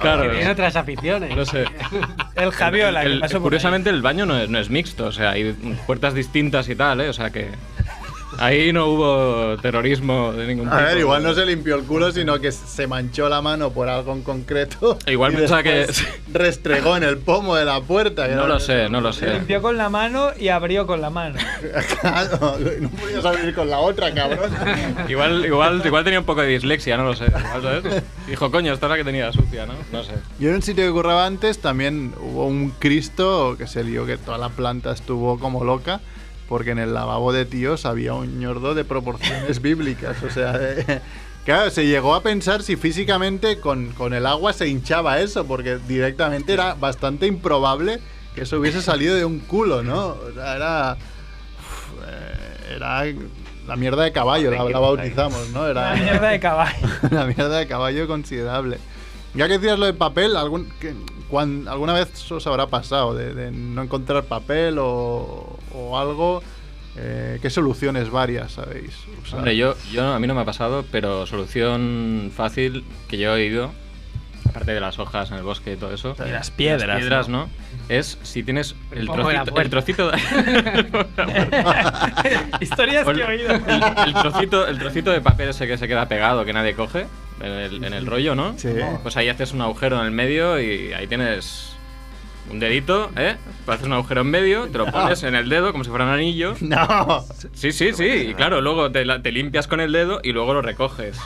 Speaker 3: Claro.
Speaker 7: Tiene otras aficiones.
Speaker 3: No sé.
Speaker 4: El Javiola, que
Speaker 3: El-
Speaker 4: pasó por
Speaker 3: curiosamente el baño no es, no es mixto, o sea, hay puertas distintas y tal, ¿eh? O sea que ahí no hubo terrorismo de ningún
Speaker 6: *laughs*
Speaker 3: tipo.
Speaker 6: A ver, igual no se limpió el culo, sino que se manchó la mano por algo en concreto.
Speaker 3: Igual
Speaker 6: y
Speaker 3: pensaba que-
Speaker 6: después Restregó en el pomo de la puerta. que
Speaker 3: No
Speaker 6: era-
Speaker 3: lo sé, no lo
Speaker 4: Se
Speaker 3: sé.
Speaker 4: limpió con la mano y abrió con la mano.
Speaker 6: *laughs* Claro, no podías abrir con la otra, cabrón.
Speaker 3: Igual, igual, igual tenía un poco de dislexia, no lo sé. Igual, ¿sabes? Dijo, coño, esta es la que tenía sucia, ¿no? No sé.
Speaker 6: Yo en un sitio que curraba antes también hubo un Cristo que se lió que toda la planta estuvo como loca porque en el lavabo de tíos había un ñordo de proporciones bíblicas. O sea, de- claro, se llegó a pensar si físicamente con, con el agua se hinchaba eso porque directamente era bastante improbable que eso hubiese salido de un culo, ¿no? O sea, era... uf, eh, Era la mierda de caballo, la, la bautizamos, ¿no? Era,
Speaker 4: La mierda
Speaker 6: *laughs*
Speaker 4: de caballo.
Speaker 6: una mierda de caballo considerable. Ya que decías lo de papel, algún, que- cuan- ¿alguna vez os habrá pasado de, de no encontrar papel o, o algo? Eh, ¿Qué soluciones varias sabéis? usar?
Speaker 3: Hombre, yo, yo no- a mí no me ha pasado, pero solución fácil que yo he oído, aparte de las hojas en el bosque y todo eso.
Speaker 4: Y las piedras,
Speaker 3: las piedras,
Speaker 4: ¿no?
Speaker 3: ¿no? Es si tienes el
Speaker 4: poco de la
Speaker 3: trocito, el trocito
Speaker 4: puerta.
Speaker 3: de-
Speaker 4: *laughs* Historias que he oído.
Speaker 3: Pues, el, el trocito, el trocito de papel ese que se queda pegado, que nadie coge, en el, en el rollo, ¿no?
Speaker 6: Sí.
Speaker 3: Pues ahí haces un agujero en el medio y ahí tienes un dedito, ¿eh? Tú haces un agujero en medio, te lo pones en el dedo como si fuera un anillo.
Speaker 6: No.
Speaker 3: Sí, sí, sí. Y claro, luego te, la- te limpias con el dedo y luego lo recoges.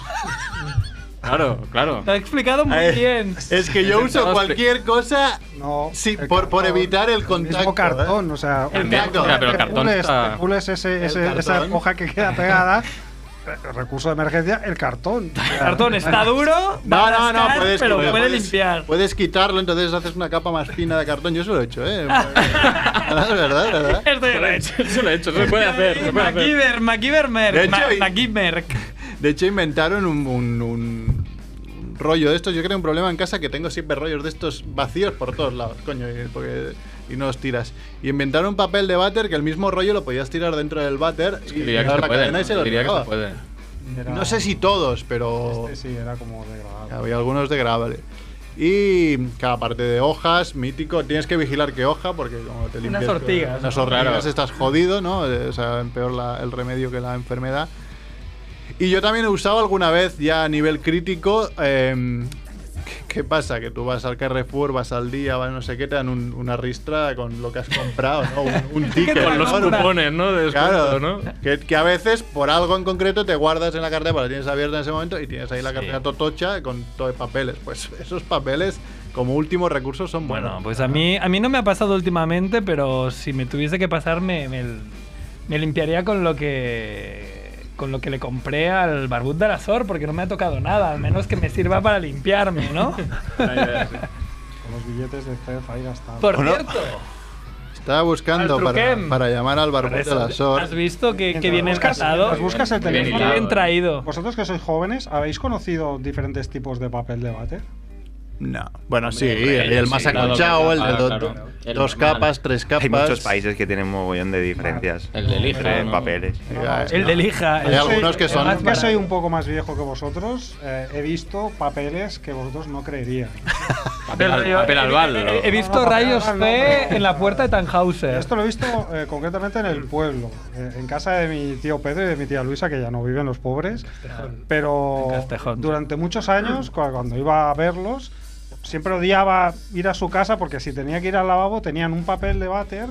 Speaker 3: Claro, claro.
Speaker 4: Lo ha explicado muy
Speaker 6: Eh,
Speaker 4: bien.
Speaker 6: Es que yo uso
Speaker 3: Intentamos
Speaker 6: cualquier cosa sí, por, por evitar el contacto. ¿eh?
Speaker 8: mismo cartón, o sea, este.
Speaker 6: El
Speaker 8: un-
Speaker 6: cartón.
Speaker 8: te
Speaker 6: Ya, pero el cartón
Speaker 8: pules-
Speaker 6: está-
Speaker 8: te pules ese- ese-
Speaker 6: El
Speaker 8: esa
Speaker 6: cartón.
Speaker 8: hoja que queda pegada. eh, Recurso de emergencia, el
Speaker 4: *laughs*
Speaker 8: cartón. El
Speaker 4: cartón está duro,
Speaker 6: No, no, no, puedes,
Speaker 4: pero
Speaker 6: puedes-
Speaker 4: puede
Speaker 6: puedes-
Speaker 4: limpiar.
Speaker 6: Puedes quitarlo, entonces haces una capa más fina de cartón. Yo eso lo he hecho,
Speaker 4: *laughs*
Speaker 6: ¿eh? ¿Verdad, verdad? verdad
Speaker 4: Esto ya lo he hecho.
Speaker 3: Eso lo he hecho, se puede hacer. se puede hacer.
Speaker 4: MacGyver, MacGyver
Speaker 6: De
Speaker 4: Merck.
Speaker 6: hecho,
Speaker 4: Ma-
Speaker 6: y-
Speaker 4: MacGyver.
Speaker 6: De hecho, inventaron un, un- un rollo de estos. Yo creo un problema en casa que tengo siempre rollos de estos vacíos por todos lados, coño, y, porque- y no los tiras. Y inventaron un papel de váter que el mismo rollo lo podías tirar dentro del váter y
Speaker 3: Diría que
Speaker 6: dar
Speaker 3: se
Speaker 6: la cadena y se
Speaker 3: puede.
Speaker 6: lo
Speaker 3: Diría que se
Speaker 6: dejaba.
Speaker 3: puede.
Speaker 6: No sé si todos, pero
Speaker 8: Sí, era como degradable.
Speaker 6: había algunos de grávale. Y cada parte de hojas, mítico, tienes que vigilar qué hoja porque como te limpias... con-
Speaker 4: ortigas,
Speaker 6: Unas
Speaker 4: ¿no?
Speaker 6: ortigas
Speaker 4: Claro.
Speaker 6: estás jodido, ¿no? O sea, peor la- el remedio que la enfermedad. Y yo también he usado alguna vez ya a nivel crítico... em, ¿qué- ¿Qué pasa? Que tú vas al Carrefour, vas al día, vas no sé qué, te dan un- una ristra con lo que has comprado, ¿no? Un, un ticket.
Speaker 3: *laughs* Con los
Speaker 6: ¿no? Una-
Speaker 3: cupones, ¿no? De descuento,
Speaker 6: Claro,
Speaker 3: ¿no?
Speaker 6: que, que a veces por algo en concreto te guardas en la cartera, porque la tienes abierta en ese momento y tienes ahí la cartera totocha con todo de papeles. Pues *laughs* esos papeles, como último recurso, son buenos.
Speaker 4: Bueno, pues a mí, a mí no me ha pasado últimamente, pero si me tuviese que pasar, me, me, me limpiaría con lo que con lo que le compré al barbud de la Sor, porque no me ha tocado nada, al menos que me sirva para limpiarme,
Speaker 3: *laughs*
Speaker 4: ¿no?
Speaker 8: Con los billetes de CEF ahí gastados.
Speaker 4: Por cierto,
Speaker 6: Estaba buscando
Speaker 4: Al
Speaker 6: para,
Speaker 4: truquem.
Speaker 6: para llamar al barbú de
Speaker 4: Eso,
Speaker 6: la SOR.
Speaker 4: ¿has visto que, que viene
Speaker 8: buscas,
Speaker 4: casado?
Speaker 8: mientras buscas el
Speaker 4: Bien
Speaker 8: teléfono.
Speaker 4: hilado, Bien eh. traído.
Speaker 8: Vosotros que sois jóvenes, ¿habéis conocido diferentes tipos de papel de váter?
Speaker 6: No. Bueno, sí,
Speaker 10: Hombre,
Speaker 6: el, el más
Speaker 10: sí, claro,
Speaker 6: acolchado, el de
Speaker 10: claro,
Speaker 6: do-
Speaker 10: claro. El
Speaker 6: dos
Speaker 10: normal.
Speaker 6: capas, tres capas.
Speaker 10: Hay muchos países que tienen un mogollón de Ah. diferencias.
Speaker 3: El de lija,
Speaker 10: Entre
Speaker 3: ¿no?
Speaker 10: papeles.
Speaker 4: El de lija.
Speaker 6: Hay algunos que son-
Speaker 8: Yo soy un poco más viejo que vosotros. eh, he visto papeles que vosotros no creeríais.
Speaker 3: Papel al, papel al bal. ¿no?
Speaker 4: He visto rayos C en la puerta de Tannhauser.
Speaker 8: Esto lo he visto eh, concretamente en el pueblo, eh, en casa de mi tío Pedro y de mi tía Luisa, que ya no viven los pobres. Pero durante muchos años, cua- cuando iba a verlos, siempre odiaba ir a su casa porque si tenía que ir al lavabo tenían un papel de váter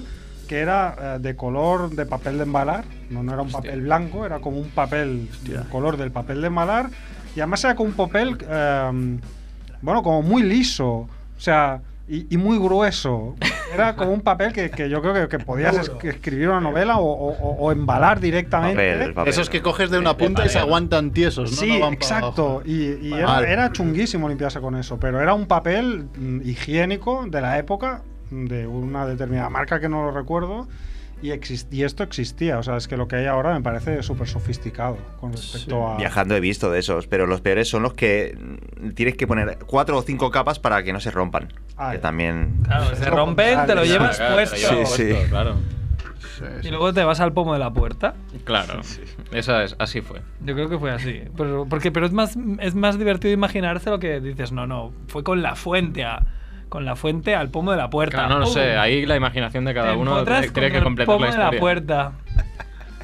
Speaker 8: que era eh, de color de papel de embalar, no, no era un papel blanco, era como un papel, del color del papel de embalar, y además era como un papel, eh, bueno, como muy liso, o sea, y, y muy grueso. Era como un papel que, que yo creo que, que podías es- que escribir una novela o, o- o- o embalar directamente.
Speaker 6: Esos que coges de una punta y se aguantan tiesos, ¿no?
Speaker 8: Sí,
Speaker 6: No van para
Speaker 8: exacto.
Speaker 6: abajo.
Speaker 8: Y, y era,
Speaker 6: Vale.
Speaker 8: era chunguísimo limpiarse con eso, pero era un papel mm, higiénico de la época, mm, de una determinada marca que no lo recuerdo, y, exis- y esto existía. O sea, es que lo que hay ahora me parece súper sofisticado con respecto a...
Speaker 10: Viajando he visto de esos, pero los peores son los que mm, tienes que poner cuatro o cinco capas para que no se rompan.
Speaker 8: Ah,
Speaker 10: que
Speaker 8: ya.
Speaker 10: también.
Speaker 4: Claro, se rompen, te lo llevas
Speaker 3: Claro, te lo
Speaker 4: puesto.
Speaker 10: llevas Sí, puesto, sí.
Speaker 3: Claro.
Speaker 4: Y luego te vas al pomo de la puerta.
Speaker 3: Claro. Esa es, así fue.
Speaker 4: Yo creo que fue así. Pero, porque, pero es, más, es más divertido imaginarse lo que dices. No, no, fue con la fuente, a- con la fuente al pomo de la puerta.
Speaker 3: Claro, no lo
Speaker 4: ¡Pum!
Speaker 3: sé, ahí la imaginación de cada
Speaker 4: Oh. Te
Speaker 3: uno
Speaker 4: empotras
Speaker 3: tiene tiene
Speaker 4: contra
Speaker 3: que
Speaker 4: el
Speaker 3: completar
Speaker 4: pomo
Speaker 3: la
Speaker 4: de
Speaker 3: historia.
Speaker 4: la puerta.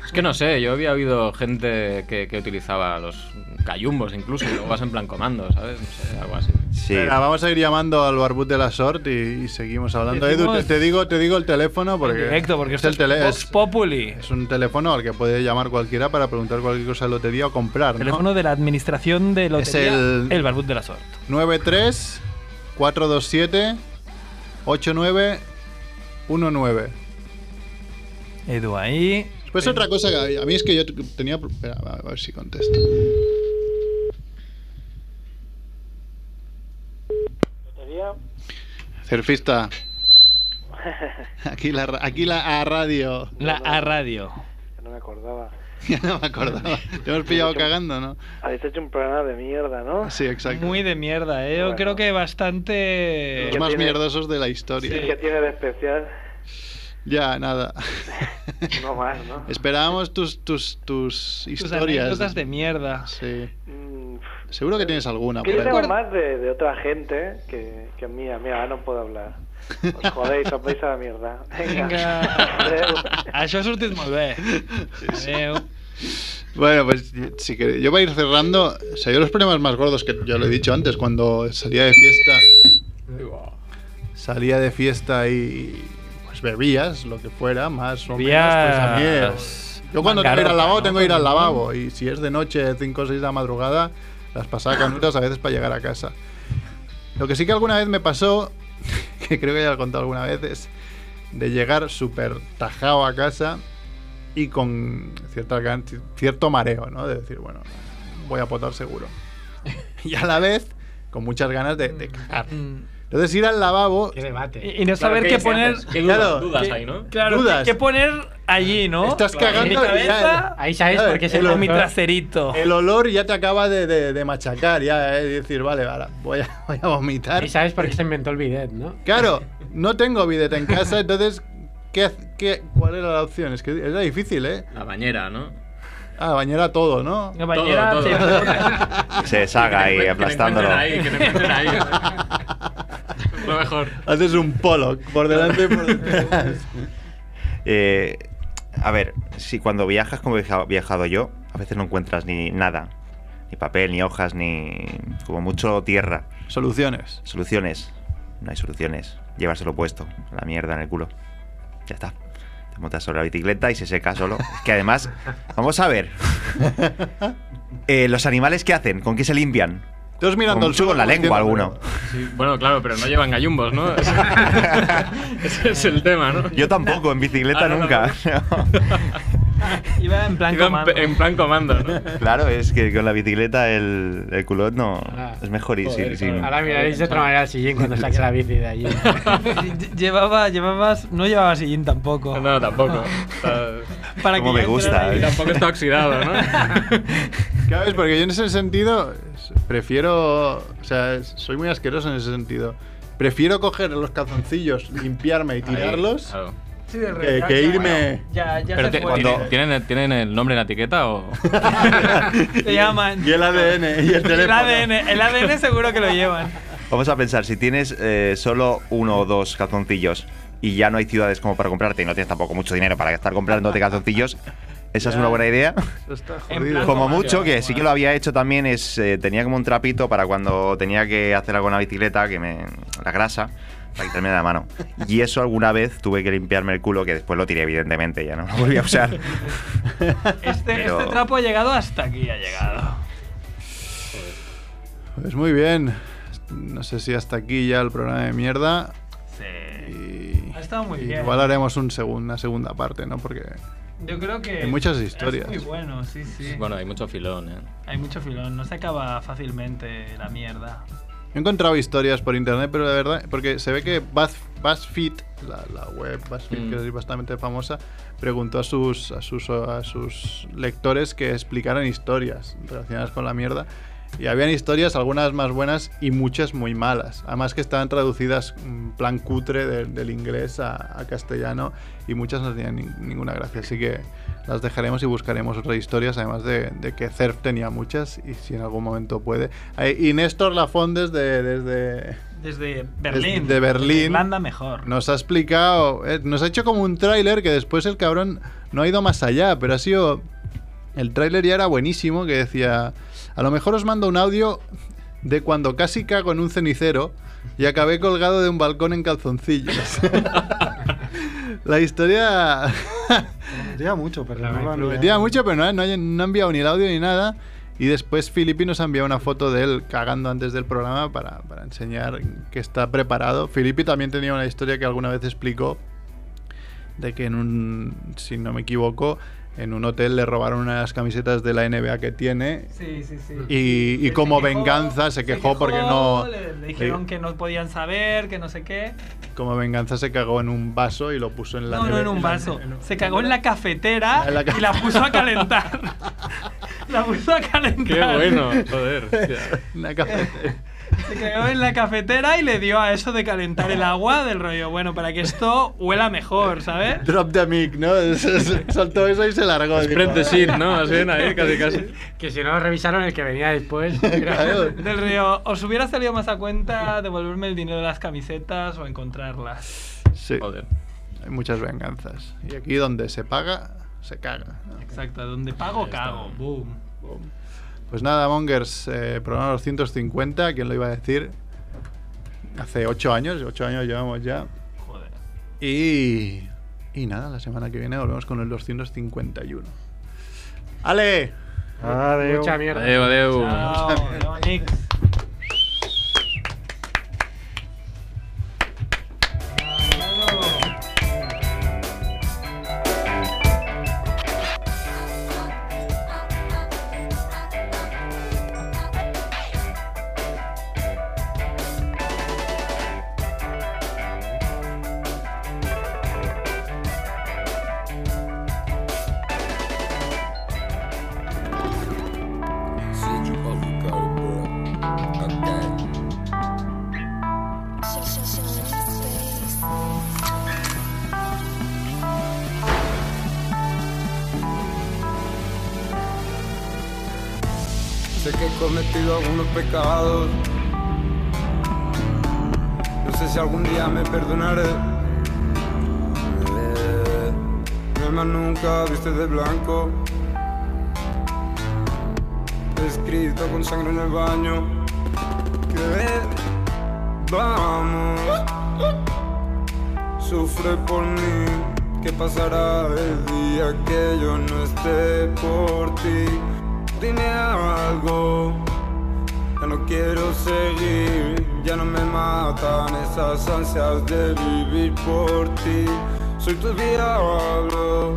Speaker 3: Es que no sé, yo había habido gente que, que utilizaba los cayumbos incluso, y luego vas en plan comando, ¿sabes? No sé, algo así.
Speaker 6: Venga, vamos a ir llamando al barbut de la sort y, y seguimos hablando.
Speaker 4: Decimos-
Speaker 6: Edu, te, te digo, te digo el teléfono porque.
Speaker 4: directo, porque
Speaker 6: es
Speaker 4: esto
Speaker 6: el
Speaker 4: es
Speaker 6: tele-
Speaker 4: Vox Populi.
Speaker 6: Es un teléfono al que puede llamar cualquiera para preguntar cualquier cosa de lotería o comprar. ¿no?
Speaker 4: Teléfono de la administración de lotería.
Speaker 6: Es el-
Speaker 4: el barbud de la sort.
Speaker 6: 93 427 8919.
Speaker 4: Edu ahí.
Speaker 6: Pues otra cosa que a mí es que yo t- tenía. Espera, a ver- a ver si contesto.
Speaker 17: *laughs*
Speaker 6: Surfista, aquí la, ra- aquí la a radio.
Speaker 4: La A radio.
Speaker 17: No me acordaba.
Speaker 6: *laughs* Ya no me acordaba. Te hemos pillado cagando, ¿no?
Speaker 17: Habéis Ah, hecho un programa de mierda, ¿no?
Speaker 6: Sí, exacto.
Speaker 4: Muy de mierda, ¿eh? Yo creo que bastante.
Speaker 6: Los más mierdosos de la historia.
Speaker 17: ¿Y qué tiene de especial?
Speaker 6: Ya,
Speaker 4: *laughs*
Speaker 6: nada.
Speaker 17: No más, ¿no?
Speaker 6: Esperábamos tus, tus, tus
Speaker 4: Tus
Speaker 6: historias.
Speaker 4: anécdotas de mierda.
Speaker 6: Sí. Seguro que tienes alguna.
Speaker 17: Yo
Speaker 6: por ahí.
Speaker 17: tengo más de, de otra gente que, que mía. Mira, no puedo hablar. Os jodéis, os vais a la mierda.
Speaker 4: Venga. Això ha sortit molt
Speaker 6: *laughs*
Speaker 4: bé. Adéu.
Speaker 6: Bueno, pues si queréis, yo voy a ir cerrando. O sea, yo los problemas más gordos que ya lo he dicho antes, cuando salía de fiesta. salía de fiesta y pues bebías lo que fuera, más o menos, pues a mí
Speaker 4: Bebías
Speaker 6: Yo cuando tengo que ir
Speaker 4: mangarota,
Speaker 6: al lavabo, tengo que ir al
Speaker 4: ¿no?
Speaker 6: lavabo. Y si es de noche, 5 o 6 de la madrugada, las pasaba canutas a veces para llegar a casa. Lo que sí que alguna vez me pasó, *laughs* que creo que ya lo he contado alguna vez, es de llegar súper tajado a casa y con cierta, gan- cierto mareo, ¿no? De decir, bueno, voy a potar seguro. *laughs* Y a la vez, con muchas ganas de, de cagar.
Speaker 4: Mm.
Speaker 6: Entonces ir al lavabo...
Speaker 7: Qué debate.
Speaker 4: Y no saber Este, qué, poner.
Speaker 14: Pues,
Speaker 4: qué- Claro,
Speaker 6: dudas.
Speaker 4: qué, qué poner allí, ¿no?
Speaker 6: Estás
Speaker 4: En mi
Speaker 6: cagando y
Speaker 4: cabeza,
Speaker 6: ya- Claro, el
Speaker 4: en mi
Speaker 6: olor-
Speaker 4: traserito.
Speaker 6: El olor ya te acaba de, de- de machacar, ya, eh, y decir, vale, ahora voy a, *laughs* voy a vomitar.
Speaker 7: Y sabes por qué se inventó el bidet, ¿no?
Speaker 6: Claro, no tengo bidet en casa, entonces, ¿qué, haz- qué, ¿cuál era la opción? Es que era difícil, ¿eh?
Speaker 14: La bañera, ¿no?
Speaker 6: Ah, bañera todo, ¿no?
Speaker 4: La bañera Todo, todo.
Speaker 6: *laughs*
Speaker 10: Se deshaga ahí, aplastándolo.
Speaker 14: Lo mejor.
Speaker 6: Haces un Pollock por delante y por detrás.
Speaker 10: Eh, a ver, si cuando viajas como he viaja- viajado yo, a veces no encuentras ni nada. Ni papel, ni hojas, ni como mucho tierra.
Speaker 6: Soluciones.
Speaker 10: Soluciones. No hay soluciones. Llevárselo puesto. La mierda en el culo. Ya está. Te montas sobre la bicicleta y se seca solo. Es
Speaker 6: *laughs*
Speaker 10: que además, vamos a ver. Eh, ¿Los animales qué hacen? ¿Con qué se limpian?
Speaker 6: Todos mirando
Speaker 10: con
Speaker 6: al
Speaker 10: con
Speaker 6: suelo
Speaker 10: la
Speaker 6: como
Speaker 10: lengua
Speaker 6: diciendo,
Speaker 10: alguno.
Speaker 14: Sí, bueno, claro, pero no llevan gallumbos, ¿no? *laughs* Ese es el tema, ¿no?
Speaker 10: Yo tampoco, en bicicleta
Speaker 14: Ah, no, no,
Speaker 10: nunca.
Speaker 4: *laughs* Iba en plan
Speaker 14: Iba en
Speaker 4: comando.
Speaker 14: pe- en plan comando, ¿no?
Speaker 10: Claro, es que con la bicicleta el, el culot no.
Speaker 6: Ah,
Speaker 10: es mejor ir sin. sin-
Speaker 7: Ahora miraréis de otra manera al sillín cuando saque la bici de allí.
Speaker 4: *laughs* Lle- Llevaba, llevabas, no llevaba sillín tampoco.
Speaker 14: No, tampoco.
Speaker 4: *laughs* Para
Speaker 10: Cómo
Speaker 4: que
Speaker 10: me
Speaker 4: yo
Speaker 10: gusta,
Speaker 4: entrara
Speaker 10: eh.
Speaker 4: y
Speaker 14: Tampoco está oxidado, ¿no?
Speaker 6: ¿Sabes? Porque yo en ese sentido s- prefiero. O sea, s- soy muy asqueroso en ese sentido. Prefiero coger los calzoncillos, limpiarme y tirarlos.
Speaker 4: Sí, de
Speaker 6: que-
Speaker 4: re-
Speaker 6: que
Speaker 4: ya-
Speaker 6: irme.
Speaker 4: Ya, ya
Speaker 14: Pero
Speaker 4: se
Speaker 14: te-
Speaker 4: fue.
Speaker 14: ¿tienen, tienen- tienen el nombre en la etiqueta o...?
Speaker 4: Te llaman.
Speaker 6: Y el
Speaker 14: *laughs*
Speaker 6: ADN, y el
Speaker 4: El
Speaker 6: teléfono.
Speaker 4: ADN, el ADN seguro que lo llevan.
Speaker 10: Vamos a pensar, si tienes eh, solo uno o dos calzoncillos y ya no hay ciudades como para comprarte y no tienes tampoco mucho dinero para estar comprándote calzoncillos, esa es una buena idea.
Speaker 6: Eso está
Speaker 4: En
Speaker 6: jodido.
Speaker 4: plan ¿eh?
Speaker 10: Como
Speaker 4: comando.
Speaker 10: mucho, que sí que lo había hecho también, es eh, tenía como un trapito para cuando tenía que hacer algo en la bicicleta, que me la grasa, para quitarme de la mano. Y eso alguna vez tuve que limpiarme el culo, que después lo tiré, evidentemente, ya no lo volví a
Speaker 4: *laughs*
Speaker 10: usar.
Speaker 4: Este,
Speaker 10: Pero-
Speaker 4: este trapo ha llegado hasta aquí, ha llegado.
Speaker 6: Pues muy bien. No sé si hasta aquí ya el programa de mierda. Sí.
Speaker 4: Ha estado muy bien.
Speaker 6: Igual haremos un segun- una segunda parte, ¿no? Porque
Speaker 4: Yo creo que.
Speaker 6: Hay muchas
Speaker 4: es
Speaker 6: historias.
Speaker 4: muy bueno, sí, sí.
Speaker 14: Bueno, hay mucho filón, ¿eh?
Speaker 4: Hay mucho filón, no se acaba fácilmente la mierda.
Speaker 6: he encontrado historias por internet, pero la verdad, porque se ve que Buzz, BuzzFeed, la, la web BuzzFeed,
Speaker 14: Mm.
Speaker 6: que es bastante famosa, preguntó a sus, a, sus, a sus lectores que explicaran historias relacionadas con la mierda. Y habían historias, algunas más buenas y muchas muy malas. Además que estaban traducidas en plan cutre de- del inglés a, a castellano y muchas no tenían nin- ninguna gracia. Así que las dejaremos y buscaremos otras historias, además de, de que CERF tenía muchas y si en algún momento puede. Ahí- Y Néstor Lafondes de, desde,
Speaker 4: Desde Berlín.
Speaker 6: de Berlín.
Speaker 4: Irlanda mejor.
Speaker 6: nos ha explicado, eh, nos ha hecho como un tráiler que después el cabrón no ha ido más allá, pero ha sido... El tráiler ya era buenísimo, que decía, a lo mejor os mando un audio de cuando casi cago en un cenicero y acabé colgado de un balcón en calzoncillos. *laughs* La historia
Speaker 8: Prometía mucho, pero no lo han
Speaker 6: prometía
Speaker 8: enviado.
Speaker 6: mucho, pero no, no hay- no ha enviado ni el audio ni nada. Y después Filippi nos ha enviado una foto de él cagando antes del programa para, para enseñar que está preparado. Filippi también tenía una historia que alguna vez explicó de que en un, si no me equivoco, en un hotel le robaron unas camisetas de la NBA que tiene
Speaker 4: Sí, sí, sí.
Speaker 6: y, y
Speaker 4: Él
Speaker 6: como
Speaker 4: se quejó,
Speaker 6: venganza se quejó, porque no...
Speaker 4: Le, le dijeron que no podían saber, que no sé qué.
Speaker 6: Como venganza se cagó en un vaso y lo puso en la...
Speaker 4: No, no,
Speaker 6: neve-
Speaker 4: en un vaso. Se cagó en la cafetera
Speaker 6: En la ca-
Speaker 4: y la puso
Speaker 6: *laughs*
Speaker 4: a calentar. la puso a calentar.
Speaker 14: ¡Qué bueno! Joder.
Speaker 6: *laughs*
Speaker 14: hostia.
Speaker 6: en la cafetera.
Speaker 4: Se cagó en la cafetera y le dio a eso de calentar el agua del rollo. Bueno, para que esto huela mejor, ¿sabes?
Speaker 6: Drop the mic, ¿no?
Speaker 14: *laughs*
Speaker 6: Soltó eso y se largó. "Ah".
Speaker 14: Spread the shit, ¿no? Más bien ahí, casi casi.
Speaker 7: Que si no lo revisaron el que
Speaker 4: *laughs*
Speaker 7: venía después.
Speaker 6: Claro.
Speaker 4: Del río, ¿os hubiera salido más a cuenta devolverme el dinero de las camisetas o encontrarlas?
Speaker 6: Sí.
Speaker 14: Joder.
Speaker 6: Hay muchas venganzas. Y aquí donde se paga, se caga. ¿no?
Speaker 4: Exacto, donde pago, cago. Boom.
Speaker 6: Pues nada, Mongers, eh, programa 250, ¿quién lo iba a decir? hace ocho años, ocho años llevamos ya.
Speaker 4: Joder.
Speaker 6: Y, y nada, la semana que viene volvemos con el 251. ¡Ale!
Speaker 8: Adeu.
Speaker 7: Mucha mierda.
Speaker 14: Adeu, adeu.
Speaker 4: Chao, no, Nick.
Speaker 1: Said you about to go to work. Okay.
Speaker 18: Sé que he cometido algunos pecados. No sé si algún día me perdonaré. Eh, Mi alma nunca viste de blanco. Escrito con sangre en el baño. Que vamos. Sufre por mí. ¿Qué pasará el día que yo no esté por ti? Dime algo, ya no quiero seguir, ya no me matan esas ansias de vivir por ti. Soy tu diablo,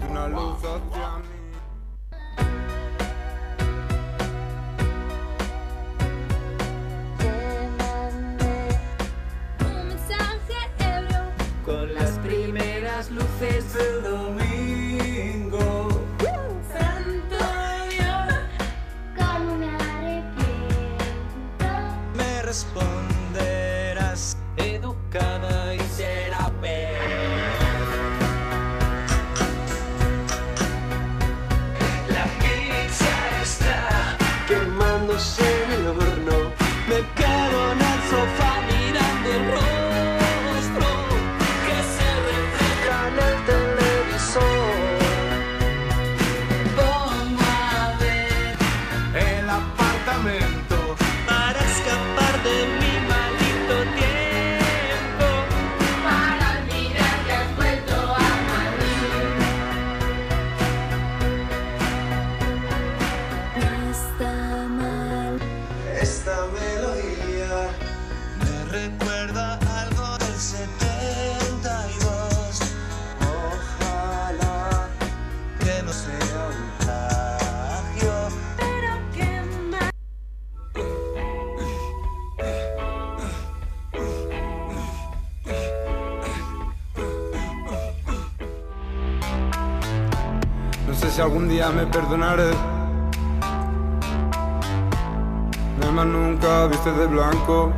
Speaker 18: de una luz hacia mí.
Speaker 19: Un mensaje ebrio con las primeras luces del domingo. Santo Dios, con un arrepiento
Speaker 5: me responderás educada y será peor. La pizza está quemándose en el horno. Me quedo en el sofá mirando el rostro que se refleja en el televisor. Pongo a ver el apartamento para escapar de mi maldito tiempo.
Speaker 19: para olvidar que has vuelto a Madrid. Está mal.
Speaker 5: Esta melodía me recuerda algo del 72. Ojalá que no sea un plagio.
Speaker 19: Pero qué mal.
Speaker 18: No sé si algún día me perdonaré. Mi alma nunca viste de blanco.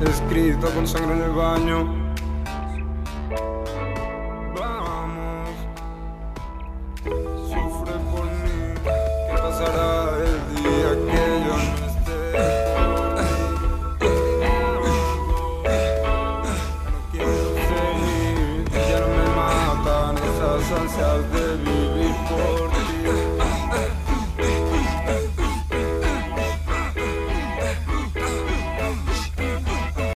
Speaker 18: Escrito con sangre en el baño.